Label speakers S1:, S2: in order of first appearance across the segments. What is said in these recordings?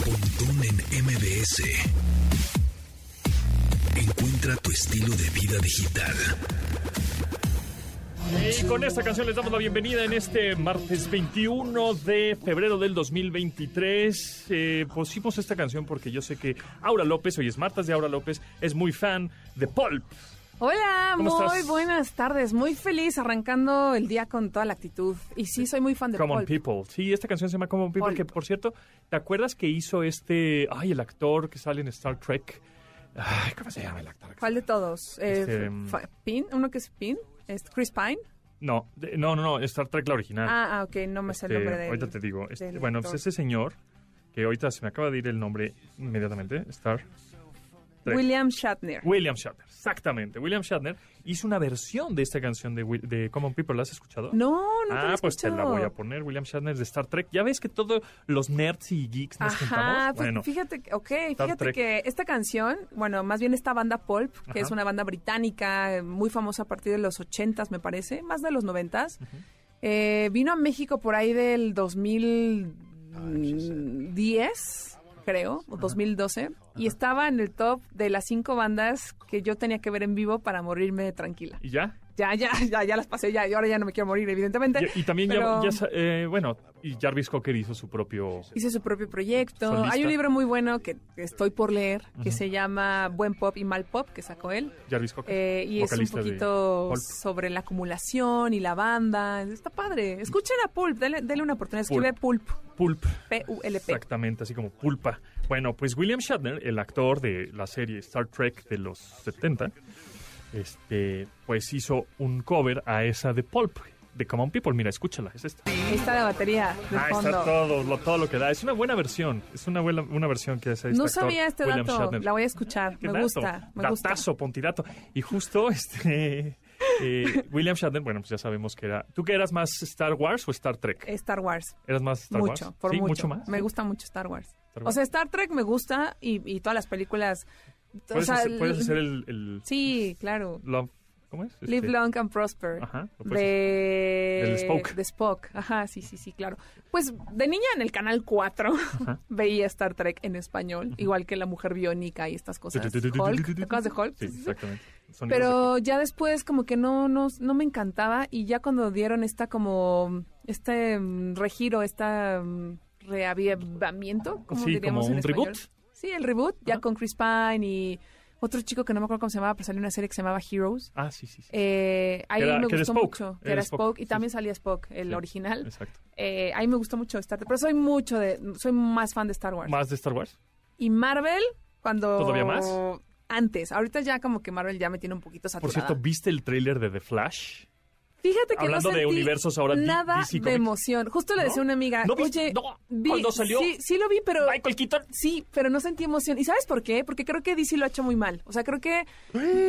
S1: Pontón en MBS. Encuentra tu estilo de vida digital.
S2: Y con esta canción les damos la bienvenida en este martes 21 de febrero del 2023. Eh, pusimos esta canción porque yo sé que Aura López, hoy es martes de Aura López, es muy fan de Pulp.
S3: Hola, muy
S2: ¿Cómo estás?
S3: buenas tardes. Muy feliz arrancando el día con toda la actitud. Y sí, soy muy fan de
S2: Common
S3: Pulp.
S2: People. Sí, esta canción se llama Common People,
S3: Pulp.
S2: que por cierto, ¿te acuerdas que hizo este, ay, el actor que sale en Star Trek? Ay, ¿cómo se llama el actor?
S3: ¿Cuál de todos? Eh,
S2: Este,
S3: f- fa- ¿Pin? ¿Uno que es Pin? ¿Es Chris Pine?
S2: No, de- no, no, no, Star Trek la original.
S3: Ah, ah, ok, no me sé el
S2: Este,
S3: nombre de él.
S2: Ahorita te digo. Este,
S3: del
S2: bueno,
S3: actor.
S2: pues ese señor, que ahorita se me acaba de ir el nombre inmediatamente, Star Trek.
S3: William Shatner.
S2: William Shatner, exactamente. William Shatner hizo una versión de esta canción de, Wi- de Common People. ¿La has escuchado?
S3: No, no te lo
S2: Ah,
S3: he
S2: pues te la
S3: escuchado.
S2: voy a poner, William Shatner de Star Trek. Ya ves que todos los nerds y geeks nos
S3: Ajá,
S2: juntamos.
S3: pues
S2: Bueno,
S3: fíjate, que- ok, fíjate
S2: Trek.
S3: que esta canción, bueno, más bien esta banda Pulp, que
S2: Ajá.
S3: es una banda británica eh, muy famosa a partir de los 80s, me parece, más de los 90s, eh, vino a México por ahí del 2010, creo, o 2012, y estaba en el top de las cinco bandas que yo tenía que ver en vivo para morirme tranquila.
S2: y ya.
S3: Ya, ya, ya, ya las pasé, ya, y ahora ya no me quiero morir, evidentemente.
S2: Y, y también
S3: pero-
S2: ya, ya sa- eh, bueno, y Jarvis Cocker hizo su propio...
S3: Hice su propio proyecto.
S2: Solista.
S3: Hay un libro muy bueno que estoy por leer que se llama Buen Pop y Mal Pop, que sacó él.
S2: Jarvis Cocker.
S3: Eh, y es un
S2: vocalista de
S3: poquito
S2: Pulp.
S3: sobre la acumulación y la banda. Está padre. Escuchen a Pulp, dale, dale una oportunidad.
S2: Pulp.
S3: Escribe Pulp,
S2: Pulp.
S3: P-U-L-P.
S2: Exactamente, así como pulpa. Bueno, pues William Shatner, el actor de la serie Star Trek de los 70, este, pues hizo un cover a esa de Pulp, de Common People. Mira, escúchala, es esta.
S3: Ahí está la batería de
S2: Ah, está
S3: fondo.
S2: todo, lo, todo lo que da. Es una buena versión, es una buena una versión que hace este
S3: No
S2: actor,
S3: sabía este
S2: William
S3: dato.
S2: Shatner.
S3: La voy a escuchar.
S2: Qué
S3: Me
S2: dato,
S3: gusta. Me gusta.
S2: Datazo, pontidato. Y justo este... eh, William Shatner, bueno, pues ya sabemos que era... ¿Tú qué eras más Star Wars o Star Trek?
S3: Star Wars.
S2: ¿Eras más Star
S3: mucho,
S2: Wars?
S3: por
S2: sí,
S3: mucho.
S2: mucho más.
S3: Me gusta mucho Star Wars.
S2: Star
S3: O
S2: Wars.
S3: sea, Star Trek me gusta y, y todas las películas. o
S2: Puedes,
S3: sea,
S2: hacer, puedes
S3: l-
S2: hacer el, el
S3: Sí, claro.
S2: Love. ¿Cómo es? Este,
S3: Live Long and Prosper.
S2: Ajá. lo puedes hacer.
S3: De...
S2: Del Spock.
S3: De Spock. Ajá, sí, sí, sí, claro. Pues de niña en el canal 4
S2: Ajá.
S3: veía Star Trek en español, igual que la mujer biónica y estas cosas. Hulk, ¿te acuerdas de Hulk?
S2: Sí, exactamente. Sonidos de-
S3: Pero ya después como que no, no, no me encantaba y ya cuando dieron esta como, este mm, regiro, esta mm, reavivamiento, como
S2: Sí,
S3: diríamos
S2: como un
S3: en español.
S2: reboot.
S3: Sí, el reboot, ya
S2: Ajá.
S3: con Chris Pine y otro chico que no me acuerdo cómo se llamaba, pero salió una serie que se llamaba Heroes.
S2: Ah, sí, sí, sí.
S3: Eh, ahí
S2: Era-
S3: me
S2: que era
S3: gustó
S2: Spock,
S3: mucho, que
S2: era
S3: era
S2: Spock,
S3: Spock,
S2: sí,
S3: y también
S2: sí.
S3: salía Spock, el
S2: Sí,
S3: original.
S2: Exacto.
S3: Eh, ahí me gustó mucho Star Trek, pero soy mucho de, soy más fan de Star Wars.
S2: ¿Más de Star Wars?
S3: Y Marvel, cuando...
S2: ¿Todavía más?
S3: Antes, ahorita ya como que Marvel ya me tiene un poquito saturada.
S2: Por cierto, ¿viste el tráiler de The Flash?
S3: Fíjate que
S2: Hablando
S3: no
S2: de
S3: sentí
S2: universos ahora, D-
S3: nada
S2: DC
S3: de
S2: Comics.
S3: emoción. Justo le
S2: ¿No?
S3: decía a una amiga,
S2: ¿No viste?
S3: oye,
S2: No,
S3: vi-
S2: cuando salió
S3: sí, sí lo vi, pero
S2: Michael Keaton.
S3: sí, pero no sentí emoción. ¿Y sabes por qué? Porque creo que DC lo ha hecho muy mal. O sea, creo que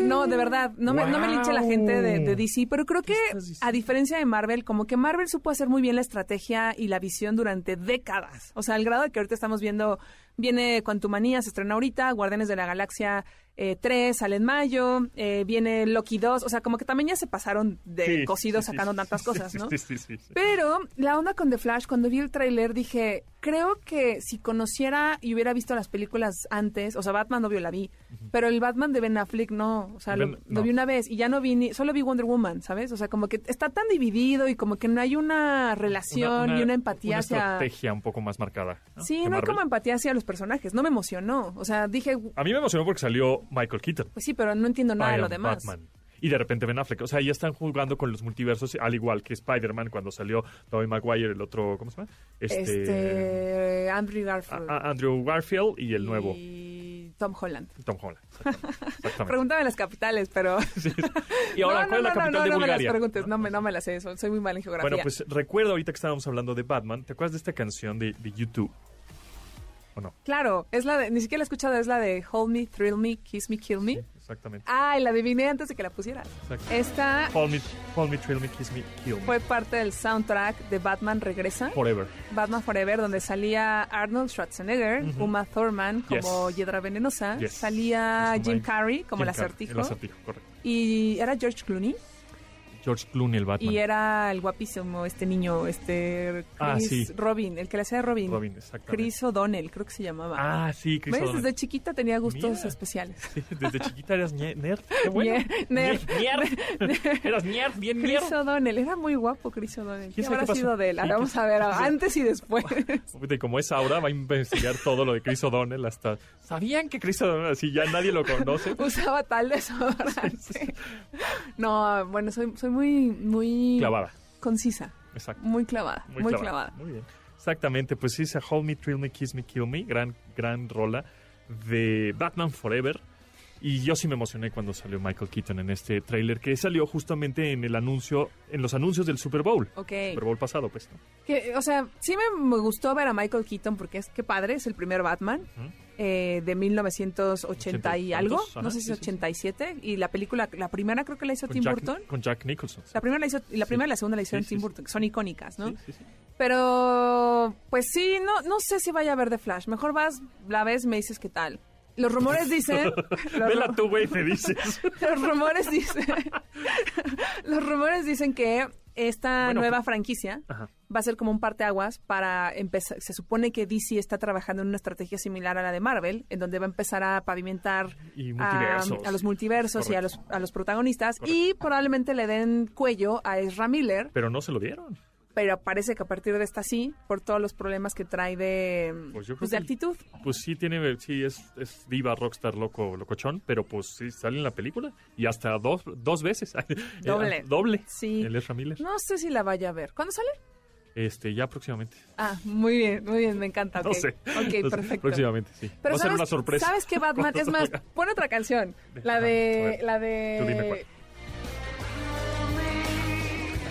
S3: no, de verdad, no me, no me linche la gente de, de DC, pero creo que
S2: estás diciendo?
S3: a diferencia de Marvel, como que Marvel supo hacer muy bien la estrategia y la visión durante décadas. O sea, al grado de que ahorita estamos viendo, viene Quantumania, se estrena ahorita, Guardianes de la Galaxia eh, 3 sale en mayo, eh, viene Loki 2, o sea, como que también ya se pasaron de
S2: Sí,
S3: cocido
S2: sí, sí,
S3: sacando
S2: sí,
S3: tantas
S2: sí,
S3: cosas,
S2: sí,
S3: ¿no?
S2: Sí, sí, sí. sí.
S3: Pero la onda con The Flash, cuando vi el tráiler, dije, creo que si conociera y hubiera visto las películas antes, o sea, Batman obvio la vi, pero el Batman de Ben Affleck no, o sea, lo,
S2: Ben-
S3: lo
S2: no.
S3: vi una vez y ya no vi ni, solo vi Wonder Woman, ¿sabes? O sea, como que está tan dividido y como que no hay una relación
S2: Una-
S3: y una empatía
S2: una
S3: hacia...
S2: estrategia un poco más marcada. ¿no? que
S3: Sí, no hay
S2: Marvel.
S3: como empatía hacia los personajes, no me emocionó, o sea, dije,
S2: A mí me emocionó porque salió Michael Keaton.
S3: pues sí, pero no entiendo nada
S2: I
S3: de lo
S2: am
S3: demás.
S2: Batman. Y de repente Ben Affleck. O sea, ya están jugando con los multiversos, al igual que Spider-Man cuando salió Tobey Maguire, el otro, ¿cómo se llama?
S3: Este, Andrew
S2: a-
S3: Garfield.
S2: a- Andrew Garfield Ah, y el nuevo
S3: Y Tom Holland.
S2: Tom Holland. Exactamente.
S3: Pregúntame las capitales, pero...
S2: Sí. Y ahora,
S3: no,
S2: ¿cuál es
S3: no,
S2: la
S3: no,
S2: capital de
S3: no, no me las
S2: Bulgaria?
S3: preguntes, no me, no me las sé, soy, soy muy mala en geografía.
S2: Bueno, pues recuerdo ahorita que estábamos hablando de Batman. ¿Te acuerdas de esta canción de, de YouTube? ¿O no?
S3: Claro, es la de, ni siquiera la he escuchado, es la de Hold Me, Thrill Me, Kiss Me, Kill Me.
S2: Exactamente.
S3: Ay, la adiviné antes de que la pusieras.
S2: exacto.
S3: Esta
S2: Call me, call me, thrill me, kiss me, kill me.
S3: fue parte del soundtrack de Batman Regresa,
S2: Forever.
S3: Batman Forever, donde salía Arnold Schwarzenegger, Uma Thurman como
S2: Yes.
S3: Hiedra Venenosa,
S2: Yes.
S3: salía
S2: Es como
S3: Jim
S2: el-
S3: Carrey como
S2: Jim
S3: el
S2: Carrey,
S3: acertijo,
S2: El acertijo, correcto.
S3: y era George Clooney.
S2: George Clooney, el Batman.
S3: Y era el guapísimo este niño, este Chris
S2: Ah, sí.
S3: Robin, el que le hacía de Robin.
S2: Robin, exactamente.
S3: Chris O'Donnell, creo que se llamaba.
S2: Ah, sí, Chris
S3: ¿Ves?
S2: O'Donnell.
S3: Desde chiquita tenía gustos
S2: Mira.
S3: especiales.
S2: Sí, desde chiquita eras ñe- nerd. Qué bueno.
S3: Ñe- nerd.
S2: Ñe- Nerd. Eras nerd, bien nerd.
S3: Chris O'Donnell, era muy guapo Chris O'Donnell. ¿Qué
S2: sabe
S3: habrá
S2: qué pasó?
S3: sido de él?
S2: Sí,
S3: Ahora
S2: ¿qué-
S3: vamos a ver,
S2: pasó?
S3: antes y después.
S2: Puta, y como es ahora, va a investigar todo lo de Chris O'Donnell hasta... ¿Sabían que Chris O'Donnell así ya nadie lo conoce?
S3: Usaba tal desodorante. No, bueno, soy, soy muy, muy
S2: Clavada,
S3: concisa,
S2: exacto.
S3: muy clavada, muy, clavada.
S2: Muy bien. Exactamente, pues sí, esa Hold Me, Thrill Me, Kiss Me, Kill Me, gran, gran rola de Batman Forever. Y yo sí me emocioné cuando salió Michael Keaton en este tráiler que salió justamente en el anuncio, en los anuncios del Super Bowl.
S3: Ok.
S2: Super Bowl pasado, pues. ¿no?
S3: Que, o sea, sí me, me gustó ver a Michael Keaton porque es que padre, es el primer Batman
S2: Ujú.
S3: eh, de 1980 y
S2: Ochenta y
S3: algo,
S2: tantos, ajá,
S3: no sé si
S2: sí, sí, sí.
S3: 87, y la película, la primera creo que la hizo
S2: Con
S3: Tim
S2: Jack-
S3: Burton.
S2: Con Jack Nicholson.
S3: La primera la hizo, y la primera y la segunda la hicieron
S2: Sí,
S3: Tim
S2: sí,
S3: Burton, que son icónicas, ¿no?
S2: Sí, sí, sí.
S3: Pero, pues sí, no, no sé si vaya a ver The Flash. Mejor vas, la ves, me dices qué tal. Los rumores dicen... los
S2: Vela
S3: ru-
S2: tú, güey, me dices.
S3: los rumores dicen... los rumores dicen que esta
S2: Bueno, pues
S3: nueva franquicia
S2: Ajá.
S3: va a ser como un parteaguas para empezar. Se supone que DC está trabajando en una estrategia similar a la de Marvel, en donde va a empezar a pavimentar
S2: Y
S3: a,
S2: multiversos.
S3: a los multiversos y a los,
S2: Correcto.
S3: a los protagonistas y
S2: Correcto.
S3: probablemente le den cuello a Ezra Miller,
S2: Pero no se lo dieron.
S3: pero parece que a partir de esta sí, por todos los problemas que trae de,
S2: Pues yo creo
S3: pues, de
S2: que-
S3: actitud.
S2: Pues sí, tiene, sí es, es diva, rockstar, loco, locochón, pero pues sí sale en la película y hasta dos, dos veces.
S3: Doble.
S2: Eh, doble.
S3: Sí.
S2: El Ezra Miller.
S3: No sé si la vaya a ver. ¿Cuándo sale?
S2: Este, ya próximamente.
S3: Ah, muy bien, muy bien, me encanta.
S2: No
S3: ok.
S2: sé.
S3: Ok,
S2: No sé,
S3: perfecto.
S2: Próximamente, sí.
S3: Pero
S2: Va a ser
S3: ¿sabes-
S2: una sorpresa.
S3: ¿Sabes qué, Batman? Es más, pon otra canción. La de.
S2: Ajá, a ver.
S3: La
S2: Tú dime cuál.
S3: de.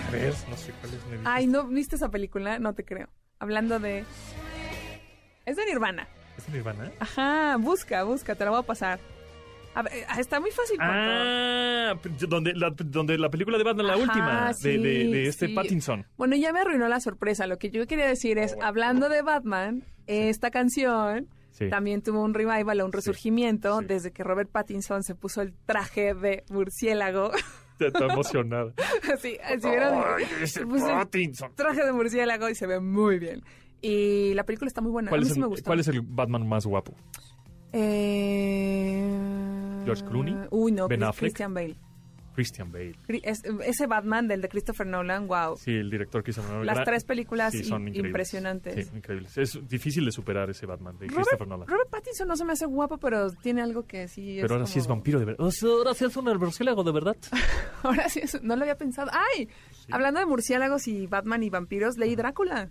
S2: A ver, no sé cuál es. me dijiste.
S3: Ay, ¿no viste esa película? No te creo. Hablando de. Es de Nirvana.
S2: ¿Es Nirvana?
S3: Ajá, busca, busca, te la voy a pasar. A ver, eh, está muy fácil. Pato.
S2: Ah, donde la, donde la película de Batman, la
S3: Ajá,
S2: última, de, de,
S3: sí,
S2: de este
S3: sí.
S2: Pattinson.
S3: Bueno, ya me arruinó la sorpresa. Lo que yo quería decir es,
S2: Oh, bueno.
S3: hablando de Batman, esta canción
S2: Sí.
S3: también tuvo un revival, un resurgimiento,
S2: sí.
S3: desde que Robert Pattinson se puso el traje de murciélago.
S2: Está emocionada.
S3: así, así vieron.
S2: Ay, ese
S3: se puso el
S2: Pattinson.
S3: traje de murciélago y se ve muy bien. Y la película está muy buena. A
S2: ¿Cuál
S3: mí
S2: es,
S3: sí me
S2: el,
S3: gustó.
S2: ¿Cuál es el Batman más guapo?
S3: Eh,
S2: George Clooney,
S3: Uy, no,
S2: Ben
S3: Chris-
S2: Affleck.
S3: Christian Bale.
S2: Christian Bale.
S3: Cri- es- ese Batman del de Christopher Nolan, wow.
S2: Sí, el director que hizo Nolan.
S3: Las
S2: Gran-
S3: tres películas
S2: sí, son
S3: i-
S2: increíbles.
S3: impresionantes.
S2: Sí, increíbles. Es difícil de superar ese Batman de
S3: Robert,
S2: Christopher Nolan.
S3: Robert Pattinson no se me hace guapo, pero tiene algo que sí es
S2: Pero ahora sí es
S3: como-
S2: vampiro de verdad. O sea, ahora sí es un murciélago de verdad.
S3: Ahora sí es... No lo había pensado. ¡Ay! Hablando de murciélagos y Batman y vampiros, leí Drácula.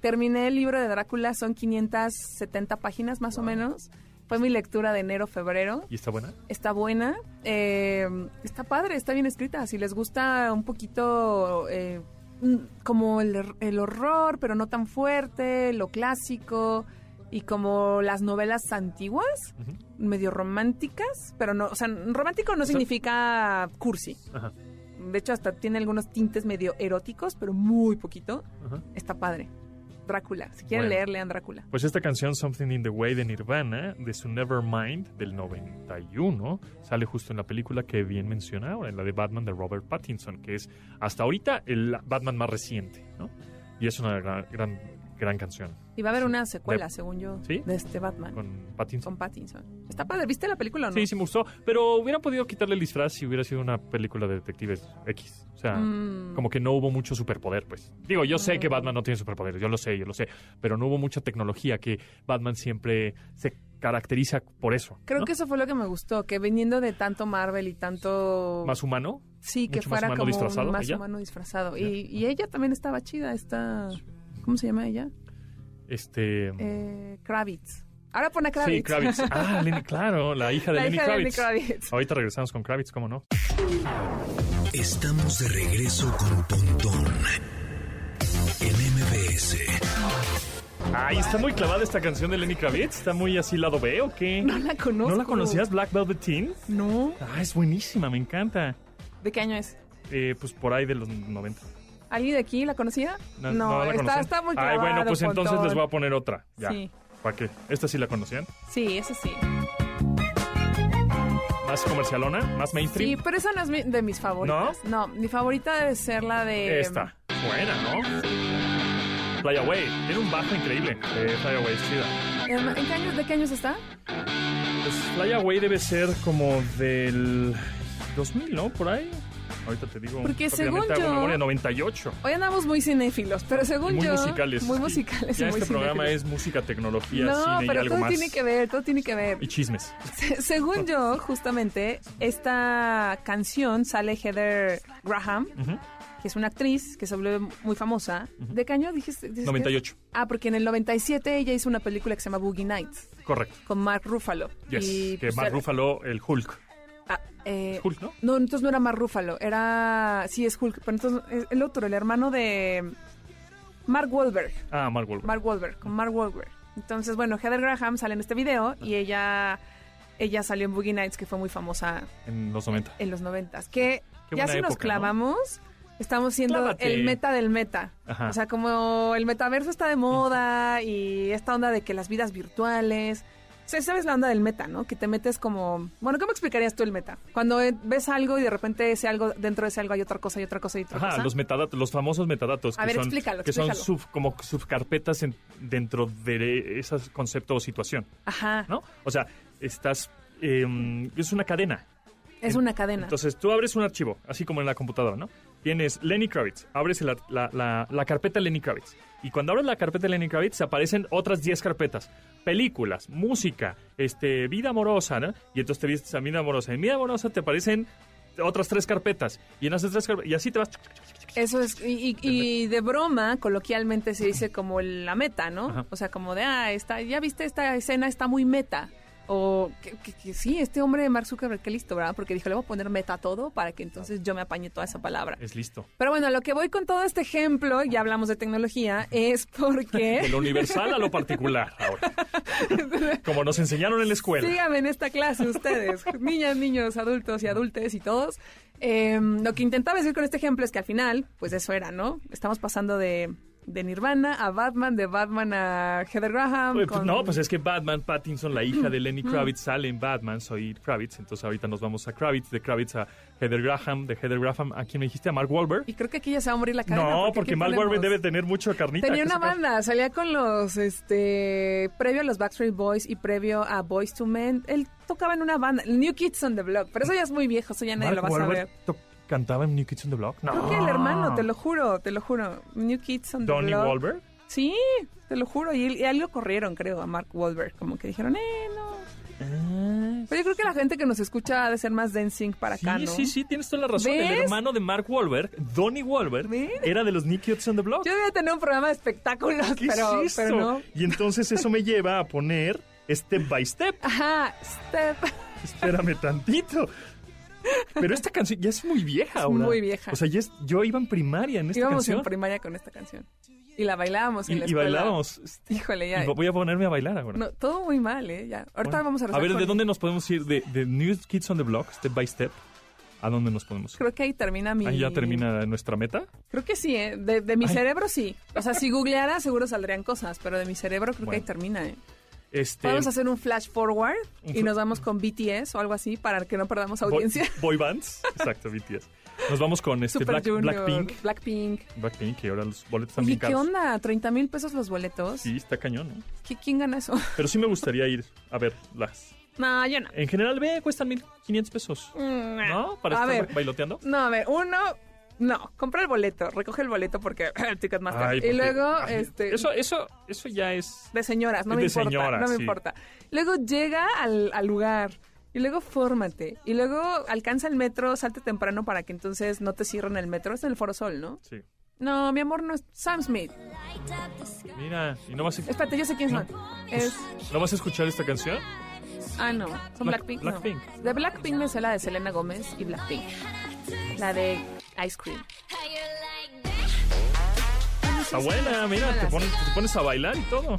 S3: Terminé el libro de Drácula, son 570 páginas más o menos. Fue mi lectura de enero-febrero.
S2: ¿Y está buena?
S3: Está buena, eh, está padre, está bien escrita. Si les gusta un poquito eh, mm, como el, her- el horror, pero no tan fuerte, lo clásico y como las novelas antiguas,
S2: Ujú.
S3: medio románticas, pero no, o sea, romántico no
S2: sea-
S3: significa cursi.
S2: Ajá.
S3: De hecho, hasta tiene algunos tintes medio eróticos, pero muy poquito.
S2: ajá.
S3: Está padre. Drácula, si quieren
S2: Bueno.
S3: leer, lean Drácula.
S2: Pues esta canción, Something in the Way de Nirvana, de su Nevermind del 91, sale justo en la película que bien menciona ahora, en la de Batman de Robert Pattinson, que es hasta ahorita el Batman más reciente, ¿no? Y es una gran, gran, gran canción.
S3: Y va a haber
S2: Sí.
S3: una secuela,
S2: De-
S3: según yo,
S2: ¿Sí?
S3: de este Batman con,
S2: Con Pattinson.
S3: Pattinson. Está padre, ¿viste la película o no?
S2: Sí, sí me gustó, pero hubiera podido quitarle el disfraz si hubiera sido una película de detectives X. O sea,
S3: Mm.
S2: como que no hubo mucho superpoder, pues. Digo, yo sé que
S3: Mm.
S2: Batman no tiene superpoderes, yo lo sé, yo lo sé, pero no hubo mucha tecnología que Batman siempre se caracteriza por eso.
S3: Creo
S2: ¿no?
S3: que eso fue lo que me gustó, que viniendo de tanto Marvel y tanto...
S2: más humano.
S3: sí, que
S2: mucho más
S3: fuera
S2: humano
S3: como un
S2: disfrazado,
S3: más
S2: ella.
S3: humano disfrazado. Y, y ella también estaba chida, esta... ¿Cómo se llama ella?
S2: Este
S3: Eh, Kravitz. Ahora pone a Kravitz.
S2: Sí, Kravitz. Ah, Lenny, claro, la hija de
S3: la
S2: Lenny
S3: hija de Lenny
S2: Kravitz.
S3: Kravitz.
S2: Ahorita regresamos con Kravitz, ¿cómo no?
S1: Estamos de regreso con Pontón en MBS.
S2: Ay, está muy clavada esta canción de Lenny Kravitz, está muy así lado B o qué?
S3: No la conozco.
S2: ¿No la conocías Black Velveteen?
S3: No.
S2: Ah, es buenísima, me encanta.
S3: ¿De qué año es?
S2: Eh, pues por ahí de los 90.
S3: ¿Alguien de aquí la conocía?
S2: No, no la
S3: está,
S2: conocen.
S3: está muy
S2: Ay,
S3: clavado.
S2: bueno, pues entonces
S3: Pontón.
S2: les voy a poner otra. Ya.
S3: Sí.
S2: ¿Para qué? ¿Esta sí la conocían?
S3: Sí, eso sí.
S2: más comercialona, más mainstream.
S3: Sí, pero esa no es mi- de mis favoritas. No, mi favorita debe ser la de...
S2: Esta. Buena, ¿no? Fly Away. Tiene un bajo increíble. Eh, Fly Away, es chida.
S3: ¿En, em, en qué años- ¿De qué años está?
S2: Pues Fly Away debe ser como del 2000, ¿no? Por ahí. Ahorita te digo.
S3: Porque
S2: rápidamente
S3: según
S2: hago
S3: yo-
S2: Memoria 98.
S3: Hoy andamos muy cinéfilos, pero según
S2: Y muy
S3: yo...
S2: musicales.
S3: Muy
S2: Y
S3: musicales. y
S2: Ya
S3: muy
S2: este programa
S3: cinéfilos.
S2: es música, tecnología,
S3: No,
S2: cine y
S3: pero
S2: algo
S3: todo
S2: más.
S3: tiene que ver, todo tiene que ver.
S2: Y chismes.
S3: Se- Según yo, justamente, esta canción sale Heather Graham,
S2: Ujú.
S3: que es una actriz que se volvió muy famosa. ¿De qué año dijiste? dijiste?
S2: 98.
S3: Ah, porque en el 97 ella hizo una película que se llama Boogie Nights
S2: Correcto.
S3: con Mark Ruffalo.
S2: Yes.
S3: Y,
S2: que
S3: pues,
S2: Mark
S3: era-
S2: Ruffalo, el Hulk.
S3: ah, eh,
S2: Hulk, ¿no?
S3: no, entonces no era Mark Ruffalo, era... Sí, es Hulk, pero entonces es el otro, el hermano de Mark Wahlberg.
S2: Ah, Mark Wahlberg.
S3: Mark Wahlberg, con Mark Wahlberg. Entonces, bueno, Heather Graham sale en este video y ella, ella salió en Boogie Nights, que fue muy famosa
S2: En los 90.
S3: en los noventas. Que
S2: Qué
S3: ya
S2: buena
S3: si
S2: época,
S3: nos
S2: ¿no?
S3: clavamos, estamos siendo
S2: Clávate.
S3: el meta del meta.
S2: Ajá.
S3: O sea, como el metaverso está de moda y esta onda de que las vidas virtuales... O sea, ¿sabes la onda del meta, no? Que te metes como... Bueno, ¿cómo explicarías tú el meta? Cuando eh, ves algo y de repente ese algo, dentro de ese algo hay otra cosa y otra cosa y otra
S2: Ajá,
S3: cosa.
S2: los metadatos, los famosos metadatos
S3: A
S2: que
S3: ver,
S2: son,
S3: explícalo,
S2: que son
S3: explícalo.
S2: sub, como subcarpetas en- dentro de ese concepto o situación,
S3: Ajá,
S2: ¿no? O sea, estás em, es una cadena.
S3: es una cadena.
S2: Entonces tú abres un archivo, así como en la computadora, ¿no? Tienes Lenny Kravitz, abres la, la- la- la carpeta Lenny Kravitz. Y cuando abres la carpeta Lenny Kravitz, se aparecen otras 10 carpetas. Películas, música, este, vida amorosa, ¿no? Y entonces te vistes a vida amorosa. En vida amorosa te aparecen otras tres carpetas. Y en esas tres carpetas, y así te vas...
S3: Eso es, y, y- y de broma, coloquialmente se dice como el- la meta, ¿no?
S2: Ajá.
S3: O sea, como de, ah, está, ya viste esta escena, está muy meta. O que, que- que sí, este hombre de Mark Zuckerberg, qué listo, ¿verdad? Porque dijo, le voy a poner meta a todo para que entonces yo me apañe toda esa palabra.
S2: Es listo.
S3: Pero bueno, a lo que voy con todo este ejemplo, ya hablamos de tecnología, es
S2: De
S3: porque...
S2: lo universal a lo particular ahora. Como nos enseñaron en la escuela.
S3: Síganme en esta clase ustedes, niñas, niños, adultos y adultes y todos. Eh, lo que intentaba decir con este ejemplo es que al final, pues eso era, ¿no? Estamos pasando de, de Nirvana a Batman, de Batman a Heather Graham.
S2: Pues,
S3: con-
S2: No, pues es que Batman Pattinson, la hija de Lenny Kravitz, sale en Batman, soy Kravitz. Entonces ahorita nos vamos a Kravitz, de Kravitz a Heather Graham, de Heather Graham, ¿a quién me dijiste? ¿A Mark Wahlberg?
S3: Y creo que aquí ya se va a morir la cadena.
S2: No,
S3: ¿qué
S2: porque Mark
S3: ponemos?
S2: Wahlberg debe tener mucho carnita.
S3: Tenía
S2: que
S3: una
S2: sacar.
S3: banda, salía con los, este, previo a los Backstreet Boys y previo a Boys to Men, él tocaba en una banda, New Kids on the Block, pero eso ya es muy viejo, eso ya nadie
S2: Mark
S3: lo va a saber.
S2: Wahlberg to- cantaba en New Kids on the Block. No.
S3: Creo que el hermano, te lo juro, te lo juro, New Kids on
S2: Ah. Donnie
S3: the Block.
S2: Wahlberg.
S3: Sí, te lo juro. Y, él- y a él lo corrieron, creo, a Mark Wahlberg. Como que dijeron, eh, no. Pero yo creo que la gente que nos escucha ha de ser más dancing para acá,
S2: Sí,
S3: ¿no?
S2: sí, sí, tienes toda la razón. El
S3: ¿Ves?
S2: hermano de Mark Wahlberg, Donnie Wahlberg,
S3: Mira.
S2: era de los New Kids on the Block.
S3: Yo debía tener un programa de espectáculos,
S2: ¿Qué
S3: pero,
S2: es
S3: pero
S2: eso?
S3: no.
S2: Y entonces eso me lleva a poner step by step.
S3: Ajá, Step.
S2: Espérame tantito. Pero esta canción ya es muy vieja
S3: Es
S2: ahora.
S3: muy vieja.
S2: O sea, ya es- yo iba en primaria en esta
S3: Íbamos en
S2: canción.
S3: primaria con esta canción. Y la bailábamos
S2: y,
S3: en la
S2: y
S3: escuela.
S2: bailábamos.
S3: Híjole, ya.
S2: Y voy a ponerme a bailar ahora.
S3: No, todo muy mal, ¿eh? Ya. Ahorita
S2: Bueno,
S3: vamos a
S2: ver,
S3: con-
S2: ¿de dónde nos podemos ir? De, de New Kids on the Block, Step by Step. ¿A dónde nos podemos ir?
S3: Creo que ahí termina mi.
S2: Ahí ya termina nuestra meta.
S3: Creo que sí, ¿eh? De, de mi
S2: Ay.
S3: cerebro sí. O sea, si googleara, seguro saldrían cosas, pero de mi cerebro creo que ahí
S2: Bueno.
S3: termina, ¿eh?
S2: Este,
S3: Vamos a hacer un flash forward
S2: Un
S3: y
S2: fl-
S3: nos vamos con BTS o algo así para que no perdamos
S2: boy,
S3: audiencia.
S2: boy bands. Exacto, BTS. Nos vamos con este
S3: Super
S2: Black,
S3: Junior,
S2: Blackpink.
S3: Blackpink.
S2: Blackpink, que ahora los boletos
S3: Oye,
S2: también
S3: ¿qué
S2: caros.
S3: onda? ¿30 mil pesos los boletos?
S2: Sí, está cañón, ¿no?
S3: ¿Qui- ¿Quién gana eso?
S2: Pero sí me gustaría ir a ver las.
S3: No, yo no.
S2: En general, ve, cuestan 1.500 pesos. ¿No? Para
S3: Mm,
S2: este
S3: a
S2: estar
S3: ver,
S2: bailoteando.
S3: no, a ver, uno... No, compra el boleto, recoge el boleto porque el Ticketmaster.
S2: Ay,
S3: y
S2: porque-
S3: luego,
S2: ay,
S3: este...
S2: Eso, eso, eso ya es.
S3: De señoras, no
S2: Es
S3: me
S2: de
S3: importa.
S2: señoras,
S3: no me
S2: sí.
S3: importa. Luego llega al, al lugar y luego fórmate. Y luego alcanza el metro, salte temprano para que entonces no te cierren el metro. Es en el Foro Sol, ¿no?
S2: Sí.
S3: No, mi amor, no es Sam Smith.
S2: Mira, y no vas a,
S3: Espérate, yo sé quién son. Es.
S2: no vas a escuchar esta canción.
S3: Ah, no. Son
S2: Black-
S3: Blackpink.
S2: Blackpink.
S3: No. De Blackpink me sé la de Selena Gómez y Blackpink. La de Ice Cream.
S2: Está buena, mira, te, pon- te pones a bailar y todo.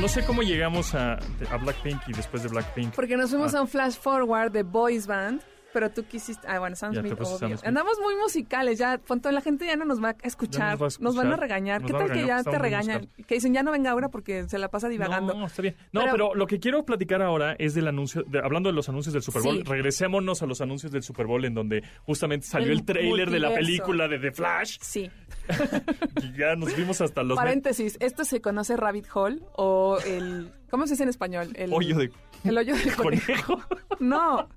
S2: No sé cómo llegamos a, a Blackpink y después de Blackpink.
S3: Porque nos fuimos a un flash forward de Boys Band pero tú quisiste. Ah, bueno, Sam
S2: Ya te
S3: Smith,
S2: puse
S3: obvio.
S2: Sam Smith.
S3: Andamos muy musicales, ya. Ponto, la gente ya no nos va a escuchar,
S2: Ya nos va a escuchar,
S3: van a regañar.
S2: nos
S3: ¿Qué
S2: va a
S3: tal que
S2: regañar porque
S3: ya te
S2: estamos muy
S3: regañan? Que dicen, ya no venga ahora porque se la pasa divagando.
S2: No, está bien. No, pero,
S3: Pero-
S2: lo que quiero platicar ahora es del anuncio, de- hablando de los anuncios del Super Bowl,
S3: Sí.
S2: regresémonos a los anuncios del Super Bowl en donde justamente salió el,
S3: El
S2: tráiler de la
S3: multiverso.
S2: película de The Flash
S3: Sí.
S2: y ya nos vimos hasta los met-
S3: Paréntesis, esto se conoce Rabbit Hole o el. ¿Cómo se dice en español? El
S2: hoyo de
S3: El hoyo del conejo.
S2: conejo.
S3: No,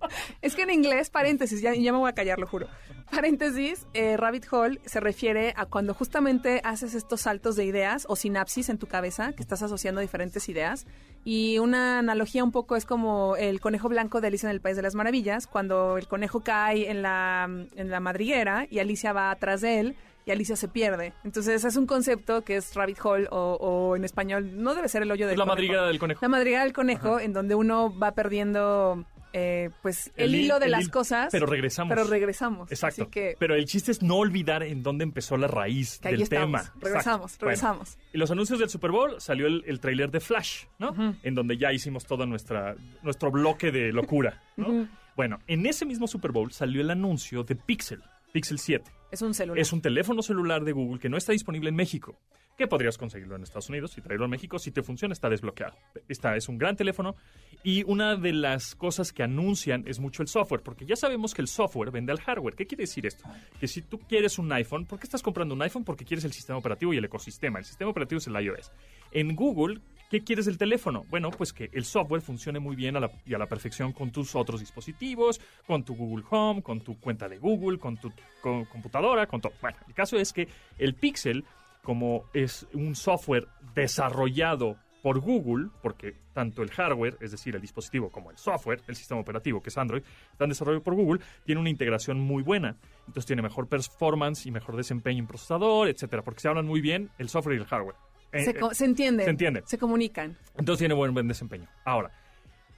S3: es que en inglés, paréntesis, ya, ya me voy a callar, lo juro. Paréntesis, eh, rabbit hole se refiere a cuando justamente haces estos saltos de ideas o sinapsis en tu cabeza, que estás asociando diferentes ideas. Y una analogía un poco es como el conejo blanco de Alicia en el País de las Maravillas, cuando el conejo cae en la, en la madriguera y Alicia va atrás de él. Y Alicia se pierde. Entonces es un concepto que es rabbit hole o, o en español no debe ser el hoyo del
S2: la
S3: conejo.
S2: madriguera del conejo.
S3: La madrigada del conejo, en donde uno va perdiendo eh, pues el,
S2: hi-
S3: hilo de
S2: el
S3: las
S2: hil-
S3: cosas,
S2: Pero regresamos.
S3: pero regresamos.
S2: Exacto.
S3: Así que,
S2: Pero el chiste es no olvidar en dónde empezó la raíz
S3: que ahí
S2: del tema.
S3: estamos.
S2: Exacto.
S3: Regresamos,
S2: Bueno,
S3: regresamos.
S2: y los anuncios del Super Bowl salió el, el tráiler de Flash, ¿no?
S3: Ujú.
S2: En donde ya hicimos todo nuestra, nuestro bloque de locura, ¿no?
S3: Ujú.
S2: Bueno, en ese mismo Super Bowl salió el anuncio de Pixel, Pixel 7.
S3: Es un celular.
S2: Es un teléfono celular de Google que no está disponible en México. Que podrías conseguirlo en Estados Unidos y traerlo a México. Si te funciona, está desbloqueado. Esta es un gran teléfono. Y una de las cosas que anuncian es mucho el software, porque ya sabemos que el software vende al hardware. ¿Qué quiere decir esto? Que si tú quieres un iPhone, ¿por qué estás comprando un iPhone? Porque quieres el sistema operativo y el ecosistema. El sistema operativo es el iOS. En Google, ¿qué quieres del teléfono? Bueno, pues que el software funcione muy bien a la- y a la perfección con tus otros dispositivos, con tu Google Home, con tu cuenta de Google, con tu co- computadora, con todo. Bueno, el caso es que el Pixel, como es un software desarrollado por Google, porque tanto el hardware, es decir, el dispositivo, como el software, el sistema operativo, que es Android, están desarrollados por Google, tiene una integración muy buena. Entonces tiene mejor performance y mejor desempeño en procesador, etcétera, porque se hablan muy bien el software y el hardware. Eh,
S3: se,
S2: eh,
S3: co- se entienden.
S2: se entienden.
S3: Se comunican.
S2: entonces tiene buen, buen desempeño. Ahora,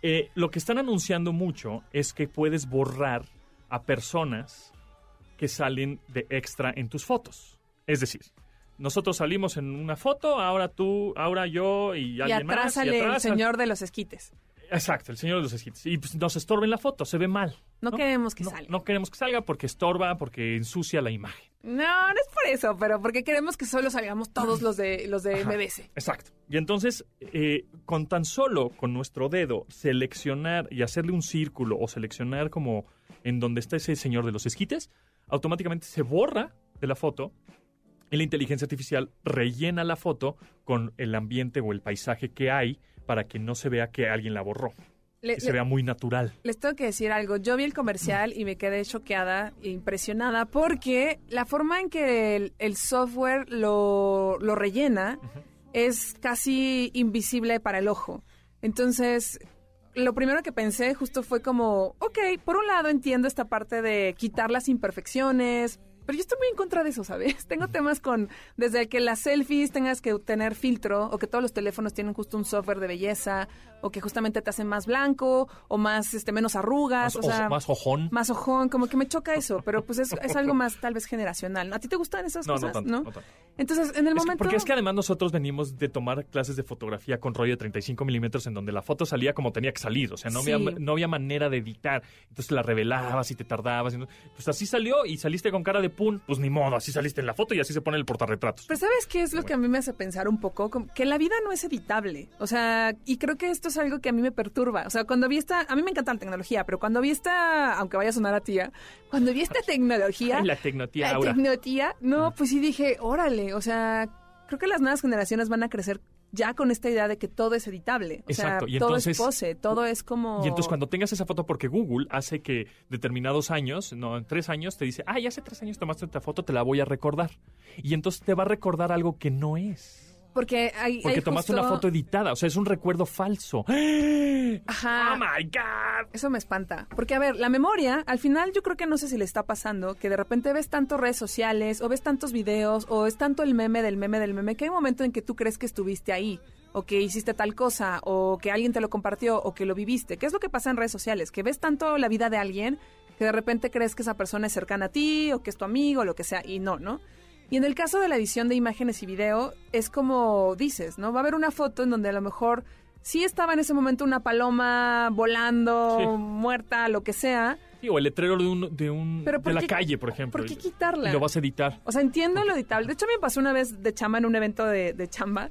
S2: eh, lo que están anunciando mucho es que puedes borrar a personas que salen de extra en tus fotos. Es decir, nosotros salimos en una foto, ahora tú, ahora yo y
S3: Y
S2: alguien
S3: atrás
S2: más.
S3: sale el
S2: atrás sale-
S3: señor de los esquites.
S2: Exacto, el señor de los esquites. Y pues, nos estorba en la foto, se ve mal.
S3: No, queremos que
S2: No-
S3: salga. No.
S2: no queremos que salga porque estorba, porque ensucia la imagen.
S3: no, es por eso, pero porque queremos que solo salgamos todos los de los de
S2: Ah. Ajá.
S3: MBC.
S2: Exacto. Y entonces, eh, con tan solo con nuestro dedo seleccionar y hacerle un círculo o seleccionar como en donde está ese señor de los esquites, automáticamente se borra de la foto y la inteligencia artificial rellena la foto con el ambiente o el paisaje que hay para que no se vea que alguien la borró
S3: Le-
S2: y se
S3: Eh, le-
S2: vea muy natural.
S3: Les tengo que decir algo. Yo vi el comercial y me quedé choqueada e impresionada porque la forma en que el, el software lo, lo rellena es casi invisible para el ojo. Entonces, lo primero que pensé justo fue como, ok, por un lado entiendo esta parte de quitar las imperfecciones, pero yo estoy muy en contra de eso, ¿sabes? Tengo temas con, desde que las selfies tengas que tener filtro, o que todos los teléfonos tienen justo un software de belleza, o que justamente te hacen más blanco, o más, este, menos
S2: Más,
S3: arrugas, o
S2: ojo-
S3: sea, más,
S2: más ojón.
S3: ojón, como que me choca eso, pero pues es, es algo más tal vez generacional. ¿A ti te gustan esas
S2: no, no
S3: cosas?
S2: tanto.
S3: ¿no?
S2: no tanto.
S3: Entonces, en
S2: Es
S3: el
S2: que-
S3: momento...
S2: porque es que además nosotros venimos de tomar clases de fotografía con rollo de 35 milímetros en donde la foto salía como tenía que salir. O sea, no, había,
S3: Sí.
S2: no había manera de editar. Entonces la revelabas y te tardabas. y no- pues así salió y saliste con cara de pun. Pues ni modo, así saliste en la foto y así se pone el portarretratos.
S3: Pero ¿sabes qué es lo que a mí me hace pensar un poco? Como Que la vida no es editable. O sea, y creo que esto es algo que a mí me perturba. O sea, cuando vi esta... A mí me encanta la tecnología, pero cuando vi esta... Aunque vaya a sonar a tía. Cuando vi esta tecnología...
S2: Ay, la tecnotía
S3: la
S2: Aura.
S3: tecnología, No, pues sí dije, órale. O sea, creo que las nuevas generaciones van a crecer ya con esta idea de que todo es editable. O
S2: Exacto,
S3: sea,
S2: y
S3: todo
S2: entonces-
S3: es pose, todo es como...
S2: Y entonces cuando tengas esa foto, porque Google hace que determinados años, no, en tres años, te dice, ay, hace tres años tomaste esta foto, te la voy a recordar. Y entonces te va a recordar algo que no es.
S3: Porque hay...
S2: Porque
S3: hay
S2: tomaste
S3: justo-
S2: una foto editada, o sea, es un recuerdo falso. ¡Oh,
S3: Ajá.
S2: my God!
S3: Eso me espanta. Porque, a ver, la memoria, al final yo creo que no sé si le está pasando, que de repente ves tantas redes sociales, o ves tantos videos, o es tanto el meme del meme del meme, que hay un momento en que tú crees que estuviste ahí, o que hiciste tal cosa, o que alguien te lo compartió, o que lo viviste. ¿Qué es lo que pasa en redes sociales? Que ves tanto la vida de alguien que de repente crees que esa persona es cercana a ti, o que es tu amigo, o lo que sea, y no, ¿no? Y en el caso de la edición de imágenes y video, es como dices, ¿no? Va a haber una foto en donde a lo mejor sí estaba en ese momento una paloma volando,
S2: Sí.
S3: muerta, lo que sea,
S2: Sí, o el letrero de un, de, un,
S3: Pero
S2: de
S3: ¿por
S2: la
S3: qué-
S2: calle, por ejemplo.
S3: ¿Por qué
S2: y-
S3: quitarla?
S2: y lo vas a editar.
S3: O sea, entiendo lo editable. De hecho, me pasó una vez de chamba en un evento de, de chamba.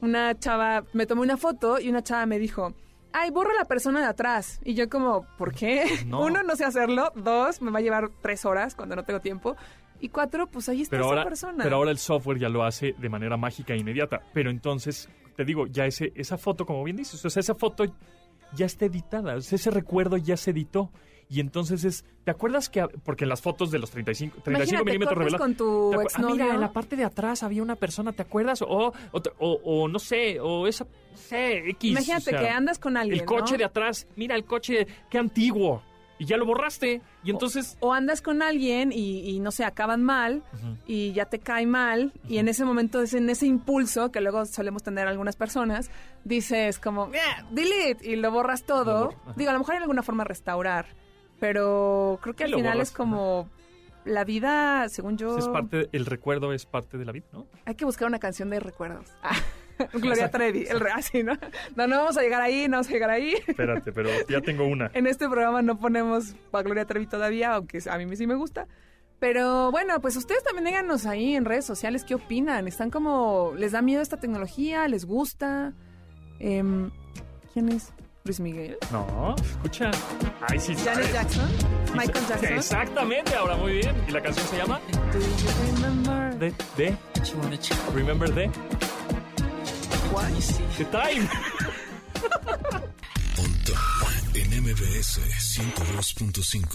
S3: Una chava me tomó una foto y una chava me dijo, ay, borra la persona de atrás. Y yo como, ¿por qué?
S2: No.
S3: Uno, no sé hacerlo. Dos, me va a llevar tres horas cuando no tengo tiempo. Y cuatro, pues ahí está
S2: Pero
S3: esa
S2: ahora,
S3: persona.
S2: pero ahora el software ya lo hace de manera mágica e inmediata. Pero entonces, te digo, ya ese, esa foto, como bien dices, o sea, esa foto ya está editada, o sea, ese recuerdo ya se editó. Y entonces es, ¿te acuerdas que, a- porque en las fotos de los 35, 35
S3: Imagínate,
S2: milímetros
S3: cortas
S2: revelados...
S3: con tu
S2: ¿Te acuer- ah,
S3: exnovio.
S2: mira, en la parte de atrás había una persona, ¿te acuerdas? O, o, te- o- o no sé, o esa, no sé, X. o
S3: Imagínate
S2: sea,
S3: que andas con alguien,
S2: El coche
S3: ¿no?
S2: de atrás, mira el coche, qué antiguo. Y ya lo borraste. Y entonces...
S3: O andas con alguien y, y, no sé, acaban mal
S2: Ujú.
S3: y ya te cae mal y en ese momento, es en ese impulso que luego solemos tener algunas personas, dices como, "Ah, delete y lo borras
S2: Lo
S3: todo.
S2: borro, ajá.
S3: Digo, a lo mejor hay alguna forma de restaurar, pero creo
S2: Sí,
S3: que al
S2: lo
S3: final
S2: borras,
S3: es como la vida, según yo,
S2: Es parte, el recuerdo es parte de la vida, ¿no?
S3: hay que buscar una canción de recuerdos. Ah, Gloria Trevi, el re- así, ¿no? No, no vamos a llegar ahí, no vamos a llegar ahí.
S2: Espérate, pero ya tengo una.
S3: En este programa no ponemos a Gloria Trevi todavía, aunque a mí sí me gusta. Pero bueno, pues ustedes también díganos ahí en redes sociales qué opinan. ¿Están como. ¿Les da miedo esta tecnología? ¿Les gusta? Em, ¿Quién es? ¿Luis Miguel?
S2: No, escucha. Ay, sí,
S3: ¿Janet
S2: sabes.
S3: Jackson?
S2: Sí,
S3: ¿Michael
S2: sa-
S3: Jackson?
S2: Exactamente, ahora muy bien. ¿Y la canción se llama?
S3: Do you remember
S2: De, de,
S4: She wanna check
S2: remember the,
S4: what you see.
S2: the time.
S1: Pontón en MBS 102.5.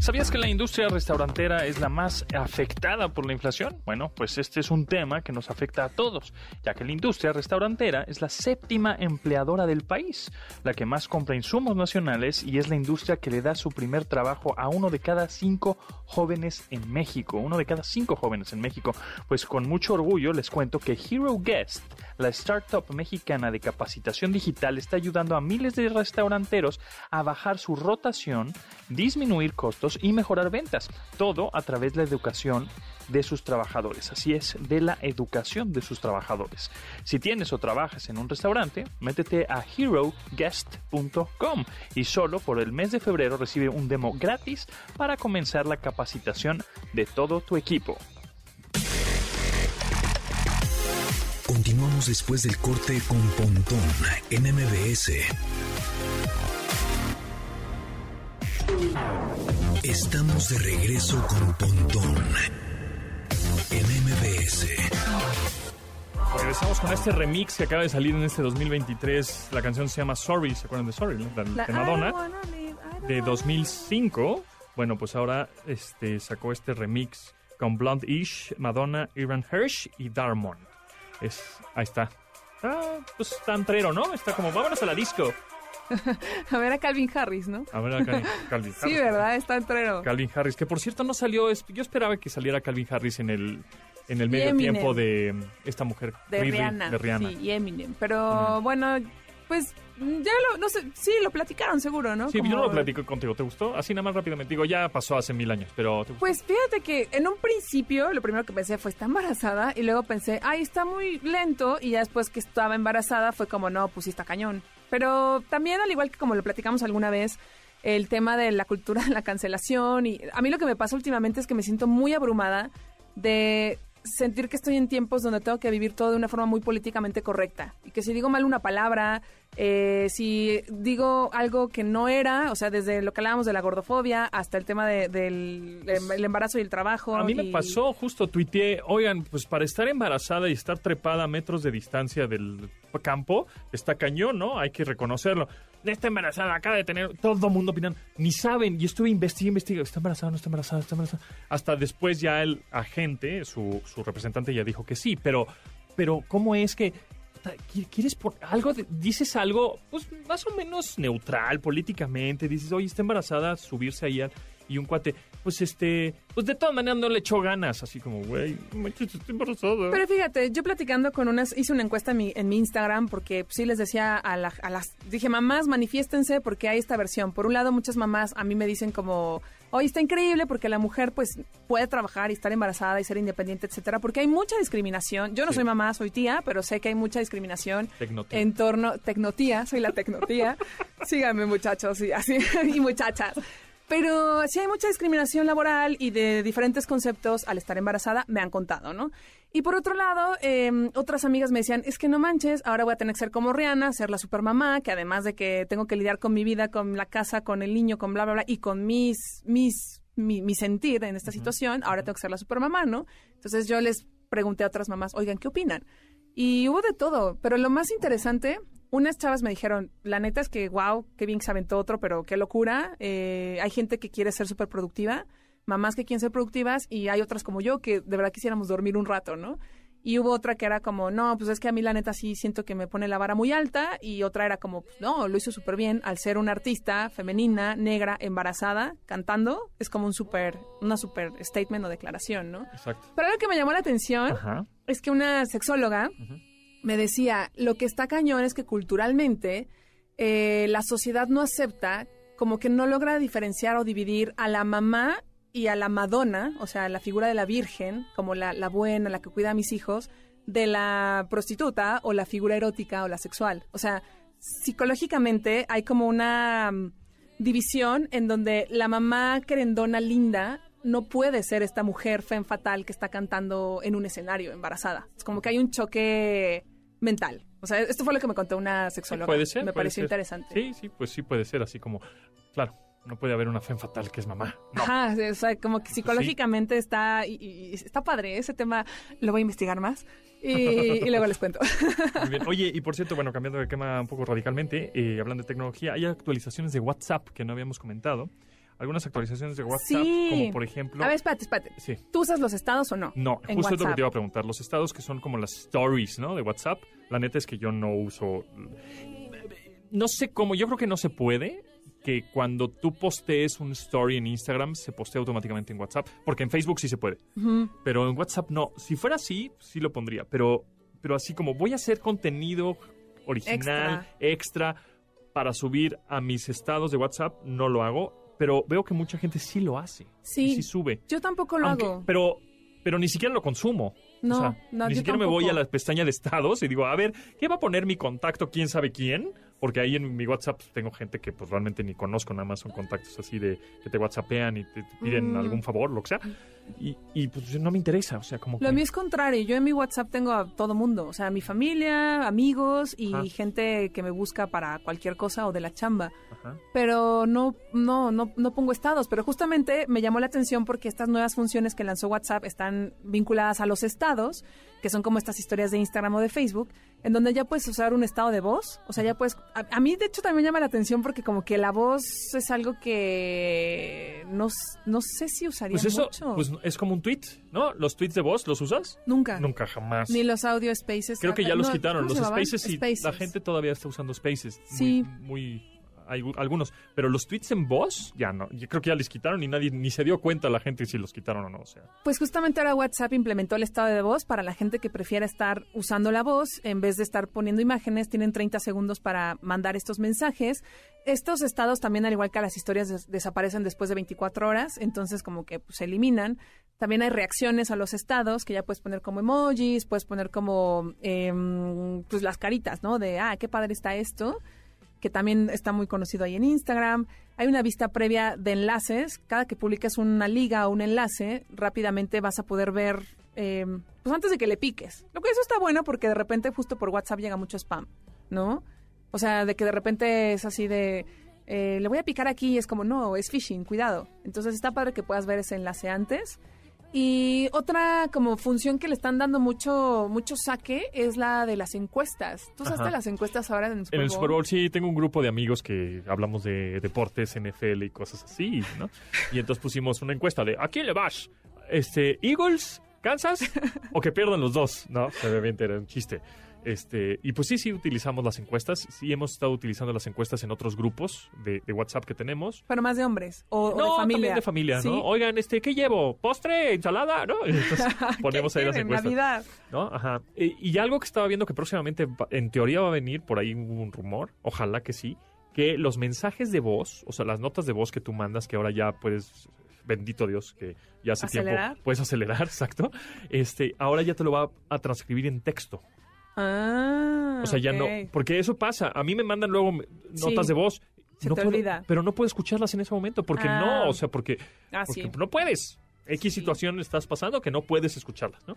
S2: ¿Sabías que la industria restaurantera es la más afectada por la inflación? Bueno, pues este es un tema que nos afecta a todos, ya que la industria restaurantera es la séptima empleadora del país, la que más compra insumos nacionales y es la industria que le da su primer trabajo a uno de cada cinco jóvenes en México. Uno de cada cinco jóvenes en México. Pues con mucho orgullo les cuento que Hero Guest, la startup mexicana de capacitación digital, está ayudando a miles de restauranteros a bajar su rotación, disminuir costos y mejorar ventas. Todo a través de la educación de sus trabajadores. Así es, de la educación de sus trabajadores. Si tienes o trabajas en un restaurante, métete a heroguest.com y solo por el mes de febrero recibe un demo gratis para comenzar la capacitación de todo tu equipo.
S1: Continuamos después del corte con Pontón en MBS. Estamos de regreso con Pontón en MBS.
S2: Regresamos con este remix que acaba de salir en este 2023. La canción se llama Sorry, ¿se acuerdan de Sorry? no? La-
S3: La- Ah,
S2: de
S3: I
S2: Madonna,
S3: don't wanna leave, I don't
S2: de
S3: wanna-
S2: 2005. Bueno, pues ahora este, sacó este remix con Blonde Ish, Madonna, Aaron Hirsch y Darmon. Es, ahí está. Está, pues, está entrero, ¿no? Está como, vámonos a la disco.
S3: A ver a Calvin Harris, ¿no?
S2: A ver, a Calvin, Calvin
S3: Sí,
S2: Harris.
S3: ¿verdad? Está entrero.
S2: Calvin Harris, que por cierto no salió. es- Yo esperaba que saliera Calvin Harris en el, en el
S3: Y
S2: medio
S3: Eminem.
S2: tiempo de mm, esta mujer.
S3: De
S2: Riri,
S3: Rihanna.
S2: de Rihanna.
S3: Sí, y Eminem. Pero
S2: Ajá.
S3: bueno, pues ya lo, no sé, sí, lo platicaron seguro, ¿no?
S2: Sí,
S3: Como-
S2: yo no lo platico contigo. ¿Te gustó? Así nada más rápidamente. Digo, ya pasó hace mil años, pero ¿te gustó?
S3: Pues fíjate que en un principio lo primero que pensé fue, está embarazada, y luego pensé, ay, está muy lento, y ya después que estaba embarazada fue como, no, pues sí está cañón. Pero también, al igual que como lo platicamos alguna vez, el tema de la cultura de la cancelación, y a mí lo que me pasa últimamente es que me siento muy abrumada de sentir que estoy en tiempos donde tengo que vivir todo de una forma muy políticamente correcta. Y que si digo mal una palabra, eh, si digo algo que no era, o sea, desde lo que hablábamos de la gordofobia hasta el tema de- del em- el embarazo y el trabajo.
S2: A mí me
S3: y-
S2: pasó, justo tuiteé, oigan, pues para estar embarazada y estar trepada a metros de distancia del campo, está cañón, ¿no? Hay que reconocerlo. Está embarazada, acaba de tener, todo el mundo opinando, ni saben, y estuve investigando, investigando, está embarazada, no está embarazada, está embarazada. Hasta después ya el agente, su, su representante ya dijo que sí, pero, pero ¿cómo es que puta, qui- quieres por algo, de- dices algo, pues más o menos neutral políticamente, dices, oye, está embarazada, subirse ahí al- y un cuate, pues este, pues de todas maneras no le echó ganas, así como, güey, no manches, estoy embarazada.
S3: Pero fíjate, yo platicando con unas, hice una encuesta en mi, en mi Instagram porque pues, sí les decía a, la- a las, dije, mamás, manifiéstense porque hay esta versión. Por un lado, muchas mamás a mí me dicen como, hoy está increíble porque la mujer pues puede trabajar y estar embarazada y ser independiente, etcétera, porque hay mucha discriminación. Yo no
S2: Sí.
S3: soy mamá, soy tía, pero sé que hay mucha discriminación
S2: Tecnotía.
S3: en torno tecnotía, soy la tecnotía. Síganme muchachos y así y muchachas. Pero sí hay mucha discriminación laboral y de diferentes conceptos al estar embarazada, me han contado, ¿no? Y por otro lado, eh, otras amigas me decían, es que no manches, ahora voy a tener que ser como Rihanna, ser la supermamá, que además de que tengo que lidiar con mi vida, con la casa, con el niño, con bla, bla, bla, y con mis, mis, mi, mi sentir en esta situación, ahora tengo que ser la supermamá, ¿no? Entonces yo les pregunté a otras mamás, oigan, ¿qué opinan? Y hubo de todo, pero lo más interesante, unas chavas me dijeron, la neta es que, wow, qué bien que se aventó otro, pero qué locura. Eh, hay gente que quiere ser súper productiva, mamás que quieren ser productivas y hay otras como yo que de verdad quisiéramos dormir un rato, ¿no? Y hubo otra que era como, no, pues es que a mí la neta sí siento que me pone la vara muy alta. Y otra era como, pues, no, lo hizo súper bien al ser una artista femenina, negra, embarazada, cantando. Es como un súper, una súper statement o declaración, ¿no?
S2: Exacto.
S3: Pero lo que me llamó la atención
S2: Ajá.
S3: es que una sexóloga
S2: Ujú.
S3: me decía, lo que está cañón es que culturalmente eh, la sociedad no acepta, como que no logra diferenciar o dividir a la mamá y a la Madonna, o sea, la figura de la Virgen, como la, la buena, la que cuida a mis hijos, de la prostituta o la figura erótica o la sexual. O sea, psicológicamente hay como una mm, división en donde la mamá querendona linda no puede ser esta mujer fen fatal que está cantando en un escenario embarazada. Es como que hay un choque mental. O sea, esto fue lo que me contó una
S2: Sí,
S3: sexóloga.
S2: puede ser.
S3: Me
S2: puede
S3: pareció
S2: ser.
S3: interesante.
S2: Sí, sí, pues sí puede ser. Así como, claro, no puede haber una fe fatal que es mamá. No.
S3: Ajá, o sea, como que psicológicamente está y, y- y está padre ese tema. Lo voy a investigar más y, y luego les cuento.
S2: Muy bien. Oye, y por cierto, bueno, cambiando de tema un poco radicalmente, eh, hablando de tecnología, hay actualizaciones de WhatsApp que no habíamos comentado. Algunas actualizaciones de WhatsApp,
S3: Sí.
S2: como por ejemplo.
S3: A ver, espérate, espérate.
S2: Sí.
S3: ¿Tú usas los estados o no?
S2: No, justo
S3: En
S2: es lo que
S3: WhatsApp.
S2: te iba a preguntar. Los estados que son como las stories, ¿no? De WhatsApp. La neta es que yo no uso. No sé cómo. Yo creo que no se puede que cuando tú postees un story en Instagram se postee automáticamente en WhatsApp. Porque en Facebook sí se puede.
S3: Ujú.
S2: Pero en WhatsApp no. Si fuera así, sí lo pondría. Pero, pero así como voy a hacer contenido original, extra. para subir a mis estados de WhatsApp, no lo hago. Pero veo que mucha gente sí lo hace.
S3: Sí.
S2: Y sí sube.
S3: Yo tampoco lo
S2: Aunque-
S3: hago.
S2: Pero, pero ni siquiera lo consumo.
S3: No,
S2: O sea,
S3: no,
S2: ni
S3: yo
S2: siquiera me
S3: tampoco.
S2: voy a la pestaña de estados y digo, a ver, ¿qué va a poner mi contacto? ¿Quién sabe quién? Porque ahí en mi WhatsApp pues, tengo gente que pues realmente ni conozco, nada más son contactos así de que te WhatsAppean y te, te piden
S3: Mm.
S2: algún favor, lo que sea. Y, y, pues no me interesa, o sea, como
S3: Lo
S2: que-
S3: mío es contrario. Yo en mi WhatsApp tengo a todo mundo. O sea, mi familia, amigos y
S2: Ajá.
S3: gente que me busca para cualquier cosa o de la chamba.
S2: Ajá.
S3: Pero no, no, no, no pongo estados. Pero justamente me llamó la atención porque estas nuevas funciones que lanzó WhatsApp están vinculadas a los estados, que son como estas historias de Instagram o de Facebook, en donde ya puedes usar un estado de voz. O sea, ya puedes. A, a mí, de hecho, también llama la atención porque como que la voz es algo que no, s- no sé si usaría
S2: Pues eso
S3: mucho.
S2: pues, es como un tweet, ¿no? ¿Los tweets de voz los usas?
S3: Nunca.
S2: Nunca jamás.
S3: Ni los audio spaces. Ah,
S2: Creo que ya
S3: No,
S2: los quitaron.
S3: ¿cómo se
S2: Los
S3: llamaban?
S2: spaces, sí, la gente todavía está usando spaces.
S3: Sí.
S2: Muy, muy- algu- algunos. Pero los tweets en voz, ya no. Yo creo que ya les quitaron y nadie ni se dio cuenta la gente si los quitaron o no. O sea,
S3: Pues justamente ahora WhatsApp implementó el estado de voz para la gente que prefiera estar usando la voz en vez de estar poniendo imágenes. Tienen 30 segundos para mandar estos mensajes. Estos estados también, al igual que las historias, des- desaparecen después de 24 horas. Entonces, como que pues, se eliminan. También hay reacciones a los estados que ya puedes poner como emojis, puedes poner como em, pues las caritas, ¿no? De, ah, qué padre está esto. que también está muy conocido ahí en Instagram. Hay una vista previa de enlaces. Cada que publiques una liga o un enlace, rápidamente vas a poder ver, eh, pues antes de que le piques. Lo que eso está bueno porque de repente justo por WhatsApp llega mucho spam, ¿no? O sea, de que de repente es así de, eh, le voy a picar aquí y es como, no, es phishing, cuidado. Entonces está padre que puedas ver ese enlace antes. Y otra como función que le están dando mucho mucho saque es la de las encuestas. ¿Tú usaste
S2: Ajá.
S3: las encuestas ahora en el Super
S2: en el
S3: Bowl?
S2: Super Bowl sí tengo un grupo de amigos que hablamos de deportes, NFL y cosas así, ¿no? Y entonces pusimos una encuesta de ¿a quién le vas? Este, Eagles, Kansas o que pierdan los dos, ¿no? pues, Obviamente era un chiste. Este, y pues sí, sí utilizamos las encuestas, sí hemos estado utilizando las encuestas en otros grupos de- de WhatsApp que tenemos.
S3: Pero más de hombres o,
S2: no,
S3: o de familia.
S2: también de familia,
S3: Sí.
S2: ¿no? Oigan, este, ¿qué llevo? ¿Postre? ¿Ensalada? ¿No? Entonces ponemos
S3: ¿Qué
S2: ahí las
S3: quieren?
S2: encuestas.
S3: Ah, Navidad.
S2: ¿no? Ajá. Eh, y algo que estaba viendo que próximamente, va- en teoría, va a venir, por ahí hubo un rumor, ojalá que sí, que los mensajes de voz, o sea, las notas de voz que tú mandas, que ahora ya puedes bendito Dios, que ya hace
S3: ¿Acelerar?
S2: tiempo puedes acelerar, exacto. Este, ahora ya te lo va a transcribir en texto.
S3: Ah.
S2: O sea, ya no.
S3: ok.
S2: Porque eso pasa. A mí me mandan luego me-
S3: Sí.
S2: notas de voz.
S3: Se
S2: no
S3: te
S2: puedo-
S3: olvida.
S2: Pero no puedo escucharlas en ese momento. Porque
S3: Ah.
S2: no, o sea, porque,
S3: Ah,
S2: porque pues,
S3: sí.
S2: no puedes. X
S3: Sí.
S2: situación estás pasando que no puedes escucharlas, ¿no?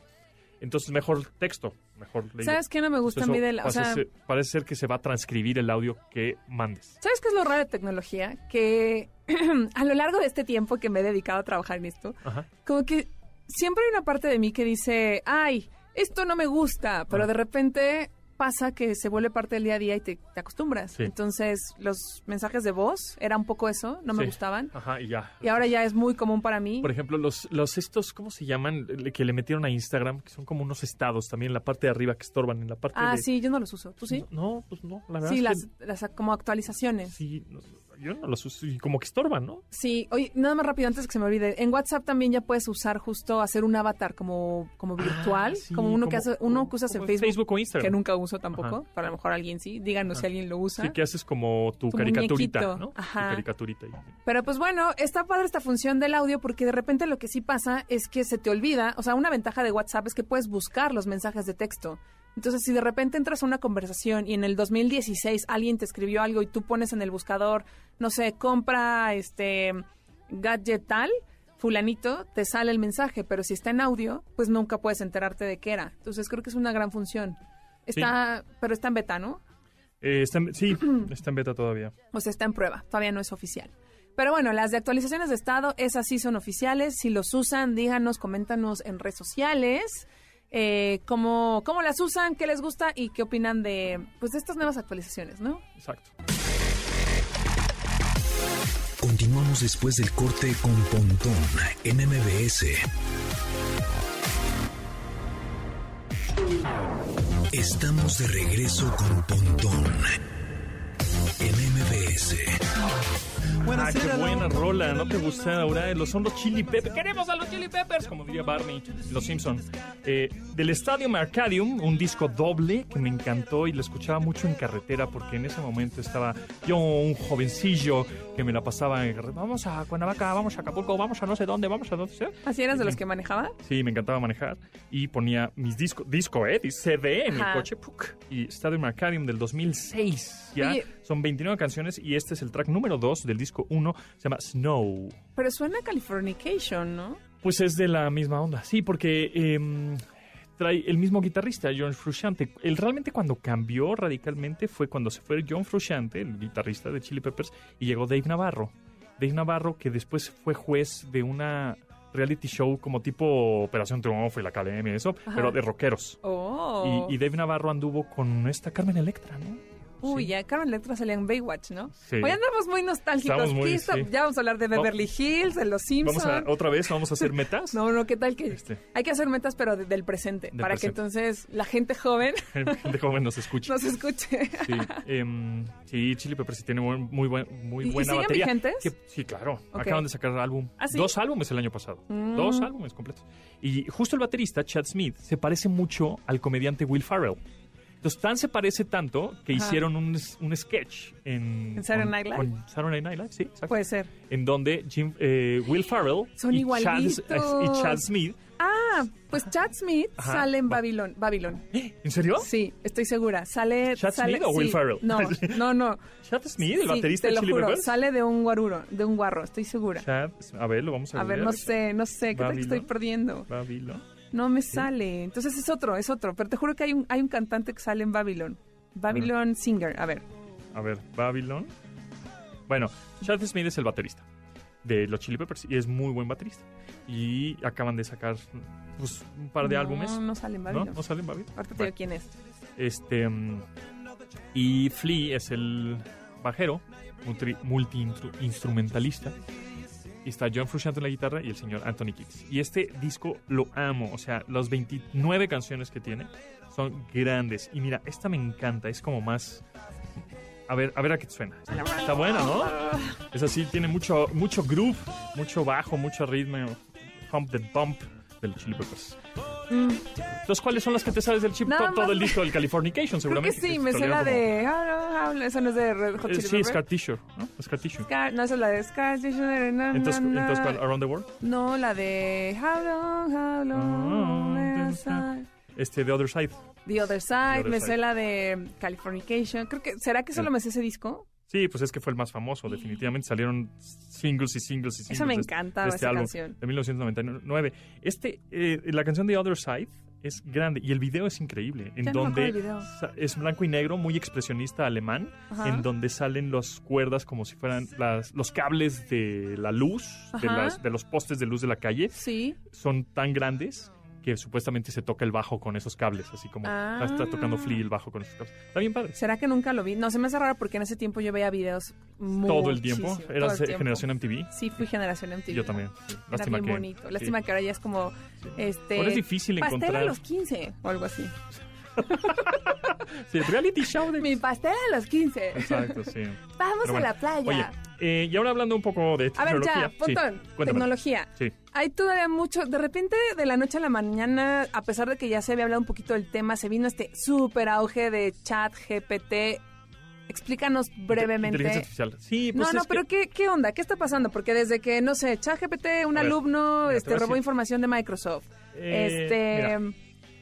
S2: Entonces, mejor texto. Mejor leído.
S3: ¿Sabes qué no me gusta a mí
S2: pues Eso
S3: de la- O sea,
S2: parece, parece ser que se va a transcribir el audio que mandes.
S3: ¿Sabes qué es lo raro de tecnología? Que a lo largo de este tiempo que me he dedicado a trabajar en esto,
S2: Ajá.
S3: como que siempre hay una parte de mí que dice, ay, esto no me gusta, pero
S2: Ah.
S3: de repente pasa que se vuelve parte del día a día y te, te acostumbras.
S2: Sí.
S3: Entonces, los mensajes de voz era un poco eso, no me
S2: Sí.
S3: gustaban.
S2: Ajá, y ya.
S3: Y ahora ya es muy común para mí.
S2: Por ejemplo, los, los estos, ¿cómo se llaman? Le- Que le metieron a Instagram, que son como unos estados también, en la parte de arriba que estorban, en la parte
S3: ah,
S2: de...
S3: sí, yo no los uso. ¿Tú sí?
S2: No, pues no, la verdad
S3: sí,
S2: es que
S3: las, las como actualizaciones.
S2: Sí, no, yo no los uso y como que estorban, ¿no?
S3: Sí, oye, nada más rápido antes que se me olvide. En WhatsApp también ya puedes usar justo hacer un avatar como, como virtual,
S2: Ah, sí,
S3: como uno que hace, uno que usas en
S2: como
S3: Facebook,
S2: o
S3: que
S2: Instagram.
S3: nunca uso tampoco,
S2: Ajá.
S3: pero a lo mejor alguien sí. Díganos
S2: Ajá.
S3: si alguien lo usa.
S2: Sí, que haces como tu,
S3: Tu
S2: caricaturita,
S3: muñequito,
S2: ¿no?
S3: ajá.
S2: Tu caricaturita. y-
S3: Pero pues bueno, está padre esta función del audio porque de repente lo que sí pasa es que se te olvida, o sea, una ventaja de WhatsApp es que puedes buscar los mensajes de texto. Entonces, si de repente entras a una conversación y en el 2016 alguien te escribió algo y tú pones en el buscador, no sé, compra este gadget tal, fulanito, te sale el mensaje, pero si está en audio, pues nunca puedes enterarte de qué era. Entonces, creo que es una gran función. Está, pero está en beta, ¿no?
S2: Eh, está en- sí, está en beta todavía.
S3: O sea, está en prueba, todavía no es oficial. Pero bueno, las de actualizaciones de estado, esas sí son oficiales. Si los usan, díganos, coméntanos en redes sociales eh, cómo, cómo las usan, qué les gusta y qué opinan de, pues, de estas nuevas actualizaciones, ¿no?
S2: Exacto.
S1: Continuamos después del corte con Pontón en MBS. Estamos de regreso con Pontón en MBS.
S2: Ah, qué buena rola. ¿No te gusta ahora? Los son los Chili Peppers. ¡Queremos a los Chili Peppers! Como diría Barney, los Simpsons. del Stadium Arcadium, un disco doble que me encantó y lo escuchaba mucho en carretera porque en ese momento estaba yo un jovencillo que me la pasaba en carretera. Vamos a Cuernavaca, vamos a Acapulco, vamos a no sé dónde, vamos a no sé dónde.
S3: ¿Así eras de los
S2: Ujú.
S3: que manejaba?
S2: Sí, me encantaba manejar y ponía mis discos, disco, eh, dis- CD en
S3: Ajá.
S2: el coche, ¡puc! y Stadium Arcadium del 2006. Ya
S3: Oye.
S2: son 29 canciones y este es el track número 2 del disco 1, se llama Snow.
S3: Pero suena a Californication, ¿no?
S2: Pues es de la misma onda, sí, porque em, trae el mismo guitarrista, John Frusciante. Él realmente cuando cambió radicalmente fue cuando se fue John Frusciante, el guitarrista de Chili Peppers, y llegó Dave Navarro. Dave Navarro, que después fue juez de una reality show como tipo Operación Triunfo y la Academia y eso,
S3: Ajá.
S2: pero de rockeros.
S3: Oh.
S2: Y, y Dave Navarro anduvo con esta Carmen Electra, ¿no?
S3: Uy,
S2: Sí.
S3: ya Carmen Electra salía en Baywatch, ¿no?
S2: Sí.
S3: Hoy andamos muy nostálgicos.
S2: Estamos muy,
S3: ¿Qué está-
S2: sí. Oh.
S3: Ya vamos a hablar de Beverly Hills, de Los Simpsons.
S2: Vamos a, otra vez, vamos a hacer metas.
S3: No, no, ¿qué tal que
S2: Este.
S3: hay que hacer metas pero de- del presente
S2: Del
S3: para
S2: presente.
S3: que entonces la gente joven
S2: De cómo nos escucha.
S3: nos escuche?
S2: Sí, em, sí, Chili Peppers sí tiene buen- muy, buen- muy
S3: ¿Y- y
S2: buena
S3: siguen
S2: batería.
S3: vigentes?
S2: Que- sí, claro.
S3: Ok.
S2: Acaban de sacar álbum.
S3: ¿Ah, sí?
S2: Dos álbumes el año pasado.
S3: Mm.
S2: Dos álbumes completos. Y justo el baterista, Chad Smith, se parece mucho al comediante Will Farrell. Entonces, tan se parece tanto que
S3: Ajá.
S2: hicieron un, un sketch en,
S3: ¿En Saturday
S2: con-
S3: Night Live?
S2: con Saturday Night Live, sí, exacto.
S3: Puede ser.
S2: en donde Jim, eh, Will Farrell
S3: Son
S2: y, Chad, eh,
S3: igualitos.
S2: y Chad Smith.
S3: Ah, pues Chad Smith
S2: Ajá.
S3: sale en
S2: Va-
S3: Babilón. Babilón.
S2: ¿eh? ¿En serio?
S3: Sí, estoy segura. Sale.
S2: ¿Chad
S3: sale-
S2: Smith o Will
S3: sí.
S2: Ferrell?
S3: No, no, no.
S2: Chad Smith, el
S3: Sí,
S2: baterista
S3: te
S2: de
S3: lo
S2: Chili
S3: juro,
S2: Peppers.
S3: Sale de un guaruro, de un guarro, estoy segura.
S2: Chad, a ver, lo vamos a
S3: A ver,
S2: googlear.
S3: no sé, no sé, creo que
S2: Babilón.
S3: estoy perdiendo.
S2: Babylon.
S3: No me sale. Entonces es otro, es otro. Pero te juro que hay un, hay un cantante que sale en Babilón. Babilón Singer, a ver.
S2: A ver, Babylon. Bueno, Chad Smith es el baterista de los Chili Peppers y es muy buen baterista. Y acaban de sacar pues, un par de
S3: No,
S2: álbumes.
S3: No sale en
S2: ¿No?
S3: Babilón.
S2: ¿No salen Babylon?
S3: Ahorita te
S2: Bueno,
S3: digo quién es.
S2: este, mm, y Flea es el bajero, multi- multi-instrumentalista. Y está John Frusciante en la guitarra y el señor Anthony Kiedis. Y este disco lo amo. O sea, las 29 canciones que tiene son grandes. Y mira, esta me encanta. Es como más... A ver, a ver a qué suena. Está buena, ¿no? Es así, tiene mucho, mucho groove, mucho bajo, mucho ritmo. Hump the bump de los Chili Peppers.
S3: Mm.
S2: Entonces, ¿cuáles son las que te sabes del chip?
S3: Nada
S2: To- Todo
S3: más.
S2: el disco del Californication,
S3: Creo que
S2: seguramente.
S3: sí, me
S2: Te
S3: sé
S2: olieron
S3: la
S2: como-
S3: de... ah, no, ah, esa no es de Red Hot
S2: Eh,
S3: Chili
S2: Sí,
S3: Peppers.
S2: Scar Tissue, ¿no? Scar Tissue.
S3: Scar- No, esa es la de Scar.
S2: Entonces, entonces, ¿cuál? Ah, Around the World.
S3: No, la de How long, how long,
S2: Ah,
S3: has I-
S2: Este, The Other Side.
S3: The Other Side,
S2: Other
S3: me
S2: Side.
S3: sé la de Californication. Creo que, ¿será que solo
S2: Sí.
S3: me sé ese disco?
S2: Sí, pues es que fue el más famoso, definitivamente. Salieron singles y singles y singles.
S3: Esa me
S2: de este-
S3: encanta,
S2: de
S3: esa
S2: este álbum
S3: canción.
S2: de 1999. Este, eh, la canción de Other Side es grande y el video es increíble. En
S3: Ya no me acuerdo
S2: donde
S3: del video.
S2: sa- es blanco y negro, muy expresionista alemán,
S3: Ajá.
S2: en donde salen las cuerdas como si fueran las, los cables de la luz, de,
S3: Ajá.
S2: las- de los postes de luz de la calle.
S3: Sí.
S2: Son tan grandes que supuestamente se toca el bajo con esos cables, así como
S3: Ah.
S2: está tocando Flea el bajo con esos cables. Está bien padre.
S3: ¿Será que nunca lo vi? No, se me hace raro porque en ese tiempo yo veía videos
S2: Todo el tiempo.
S3: muchísimo,
S2: Era
S3: todo el tiempo.
S2: generación MTV.
S3: Sí, fui generación MTV.
S2: Yo también. sí.
S3: Era
S2: Lástima
S3: bien
S2: que.
S3: bonito. Lástima que ahora ya es como, este...
S2: Ahora es difícil
S3: pastel
S2: encontrar.
S3: a los 15 o algo así.
S2: Sí, reality show de.
S3: Mi pastel a los 15.
S2: Exacto, sí.
S3: Vamos
S2: Pero bueno,
S3: a la playa.
S2: Oye, eh, y ahora hablando un poco de
S3: Ah, A ver,
S2: tecnología.
S3: ya, Pontón,
S2: sí, cuéntame.
S3: tecnología.
S2: Sí.
S3: Hay todavía mucho, de repente de la noche a la mañana, a pesar de que ya se había hablado un poquito del tema, se vino este súper auge de chat GPT. Explícanos
S2: Inteligencia
S3: brevemente.
S2: artificial. Sí, pues
S3: No, no,
S2: es que-
S3: pero ¿qué, ¿qué onda? ¿Qué está pasando? Porque desde que, no sé, ChatGPT, un
S2: A ver,
S3: alumno
S2: mira, te
S3: este,
S2: voy a
S3: robó
S2: decir-
S3: información de Microsoft.
S2: eh,
S3: este,
S2: mira,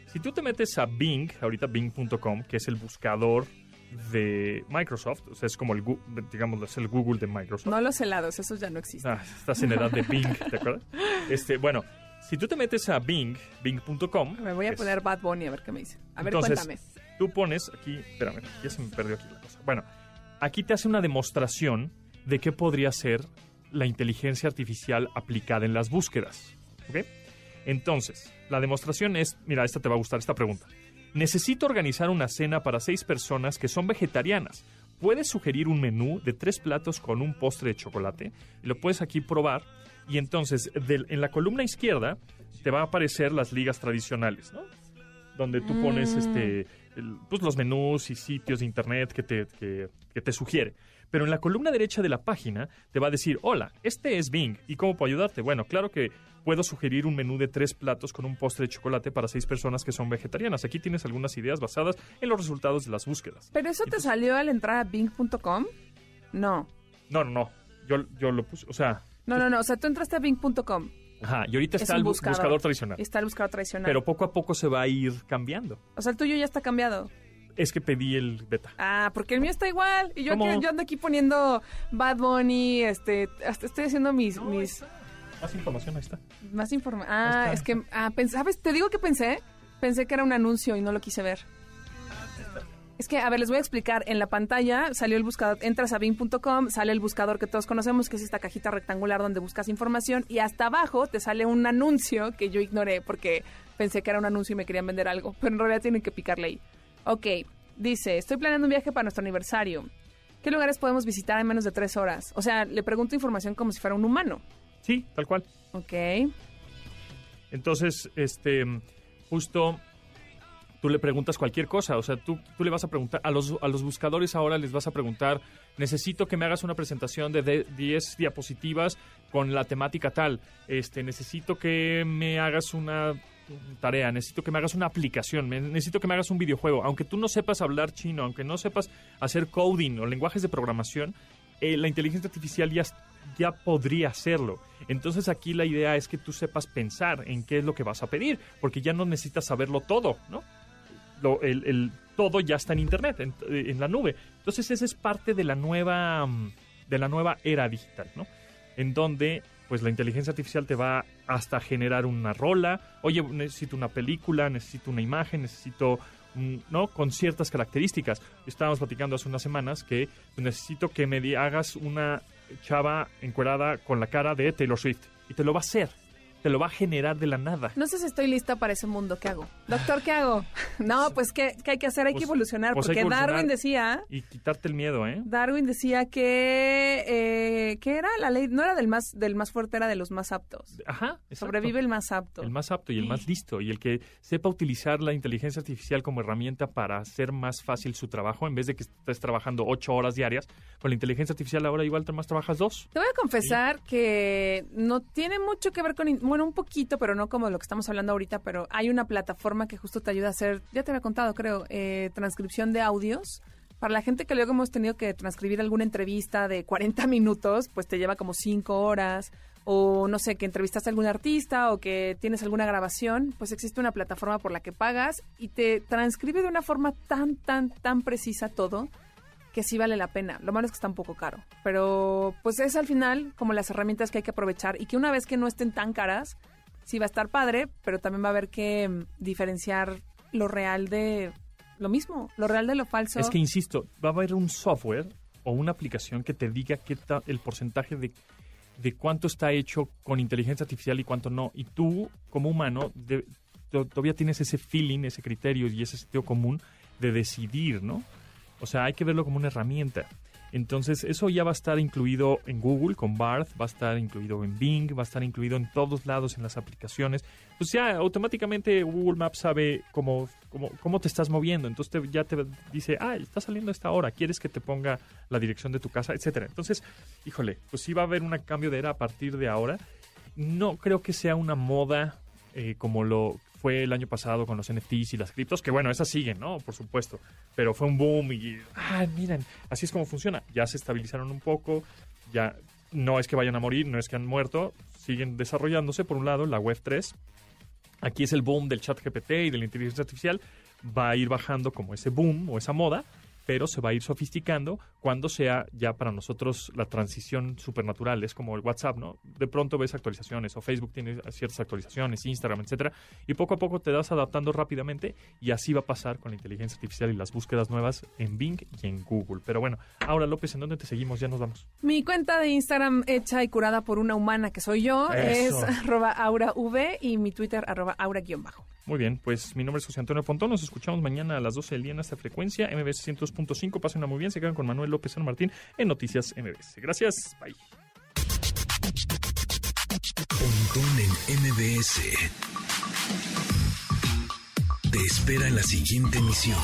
S2: si tú te metes a Bing, ahorita Bing.com, que es el buscador de Microsoft, o sea, es como el, gu- digamos, es el Google de Microsoft.
S3: no los helados, esos ya no existen.
S2: Ah, estás en edad de Bing, ¿te acuerdas? Este, bueno, si tú te metes a Bing, Bing.com.
S3: Me voy a
S2: que es-
S3: poner Bad Bunny a ver qué me dice. A ver,
S2: Entonces,
S3: cuéntame.
S2: Tú pones aquí, espérame, ya se me perdió aquí la cosa. Bueno, aquí te hace una demostración de qué podría ser la inteligencia artificial aplicada en las búsquedas. ¿Ok? Entonces, la demostración es, mira, esta te va a gustar, esta pregunta. Necesito organizar una cena para seis personas que son vegetarianas. Puedes sugerir un menú de tres platos con un postre de chocolate. Y Lo puedes aquí probar. Y entonces, del- en la columna izquierda, te va a aparecer las ligas tradicionales, ¿no? Donde tú pones
S3: Mm.
S2: este, el- pues, los menús y sitios de internet que te, que- que te sugiere. Pero en la columna derecha de la página te va a decir, hola, este es Bing, ¿y cómo puedo ayudarte? Bueno, claro que puedo sugerir un menú de tres platos con un postre de chocolate para seis personas que son vegetarianas. Aquí tienes algunas ideas basadas en los resultados de las búsquedas.
S3: ¿Pero eso te
S2: entonces-
S3: salió al entrar a bing.com? No.
S2: No, no, no, yo, yo lo puse, o sea,
S3: No, no, no. O sea, tú entraste a bing.com
S2: ajá, y ahorita
S3: Es
S2: está
S3: un
S2: el bu-
S3: buscador.
S2: buscador, tradicional.
S3: y está el buscador tradicional.
S2: Pero poco a poco se va a ir cambiando.
S3: o sea, el tuyo ya está cambiado.
S2: Es que pedí el beta.
S3: Ah, porque el mío está igual. Y yo, aquí-
S2: ¿Cómo?
S3: yo ando aquí poniendo Bad Bunny, este, hasta estoy haciendo mis, mis
S2: Más información, ahí está.
S3: más información.
S2: Ahí
S3: Ah,
S2: está.
S3: es que, ah, pens- ¿sabes? Te digo que pensé, pensé que era un anuncio y no lo quise ver. Es que, a ver, les voy a explicar. En la pantalla salió el buscador, entras a bing.com, sale el buscador que todos conocemos, que es esta cajita rectangular donde buscas información, y hasta abajo te sale un anuncio que yo ignoré porque pensé que era un anuncio y me querían vender algo, pero en realidad tienen que picarle ahí. Ok, dice, estoy planeando un viaje para nuestro aniversario. ¿Qué lugares podemos visitar en menos de tres horas? O sea, le pregunto información como si fuera un humano.
S2: Sí, tal cual.
S3: Ok.
S2: Entonces, este, justo tú le preguntas cualquier cosa. O sea, tú, tú le vas a preguntar, a los, a los buscadores ahora les vas a preguntar, necesito que me hagas una presentación de de 10 diapositivas con la temática tal. Este, necesito que me hagas una tarea, necesito que me hagas una aplicación, me- necesito que me hagas un videojuego. Aunque tú no sepas hablar chino, aunque no sepas hacer coding o lenguajes de programación, eh, la inteligencia artificial ya, ya podría hacerlo. Entonces aquí la idea es que tú sepas pensar en qué es lo que vas a pedir, porque ya no necesitas saberlo todo, ¿no? Lo- el, el- todo ya está en internet, en, eh, en la nube. Entonces esa es parte de la nueva mm, de la nueva era digital, ¿no? En donde pues la inteligencia artificial te va hasta generar una rola, oye, necesito una película, necesito una imagen, necesito mm, ¿no? con ciertas características. Estábamos platicando hace unas semanas que necesito que me di- hagas una chava encuerada con la cara de Taylor Swift y te lo va a hacer, te lo va a generar de la nada.
S3: No sé si estoy lista para ese mundo. ¿Qué hago? Doctor, ¿qué hago? No, pues, ¿qué, qué hay que hacer? Hay que
S2: Pues-
S3: evolucionar.
S2: pues hay
S3: porque
S2: que evolucionar.
S3: Darwin decía...
S2: Y quitarte el miedo, ¿eh?
S3: Darwin decía que... Eh, ¿Qué era la ley? No era del más, del más fuerte, era de los más aptos.
S2: Ajá. exacto.
S3: Sobrevive el más apto.
S2: El más apto y el más listo y el que sepa utilizar la inteligencia artificial como herramienta para hacer más fácil su trabajo en vez de que estés trabajando ocho horas diarias. Con la inteligencia artificial ahora igual te más trabajas dos.
S3: Te voy a confesar que no tiene mucho que ver con... in- bueno, un poquito, pero no como lo que estamos hablando ahorita, pero hay una plataforma que justo te ayuda a hacer, ya te había contado, creo, eh, transcripción de audios. Para la gente que luego hemos tenido que transcribir alguna entrevista de 40 minutos, pues te lleva como 5 horas. O no sé, que entrevistaste a algún artista o que tienes alguna grabación, pues existe una plataforma por la que pagas y te transcribe de una forma tan, tan, tan precisa todo que sí vale la pena. Lo malo es que está un poco caro. Pero pues es al final como las herramientas que hay que aprovechar y que una vez que no estén tan caras, sí va a estar padre, pero también va a haber que mm, diferenciar lo real de lo mismo, lo real de lo falso.
S2: Es que, insisto, va a haber un software o una aplicación que te diga qué ta- el porcentaje de, de cuánto está hecho con inteligencia artificial y cuánto no. Y tú, como humano, de- to- todavía tienes ese feeling, ese criterio y ese sentido común de decidir, ¿no? O sea, hay que verlo como una herramienta. Entonces, eso ya va a estar incluido en Google con Barth, va a estar incluido en Bing, va a estar incluido en todos lados en las aplicaciones. Pues ya automáticamente Google Maps sabe cómo, cómo, cómo te estás moviendo. Entonces te- ya te dice, ah, está saliendo a esta hora, quieres que te ponga la dirección de tu casa, etcétera. Entonces, híjole, pues sí va a haber un cambio de era a partir de ahora. No creo que sea una moda eh, como lo fue el año pasado con los NFTs y las criptos, que bueno, esas siguen, ¿no? Por supuesto. Pero fue un boom y, ah, miren, así es como funciona. Ya se estabilizaron un poco, ya no es que vayan a morir, no es que han muerto, siguen desarrollándose, por un lado, la Web 3. Aquí es el boom del chat GPT y de la inteligencia artificial. Va a ir bajando como ese boom o esa moda, pero se va a ir sofisticando cuando sea ya para nosotros la transición supernatural. Es como el WhatsApp, ¿no? De pronto ves actualizaciones o Facebook tiene ciertas actualizaciones, Instagram, etcétera, y poco a poco te das adaptando rápidamente y así va a pasar con la inteligencia artificial y las búsquedas nuevas en Bing y en Google. Pero bueno, ahora López, ¿en dónde te seguimos? Ya nos vamos.
S3: Mi cuenta de Instagram hecha y curada por una humana que soy yo
S2: Eso.
S3: es arroba aurav y mi Twitter arroba aura-bajo.
S2: Muy bien, pues mi nombre es José Antonio Pontón. Nos escuchamos mañana a las 12 del día en esta frecuencia, MBS 102.5. Pásenla muy bien. Se quedan con Manuel López San Martín en Noticias MBS. Gracias. Bye.
S1: Pontón en MBS. Te espera en la siguiente emisión.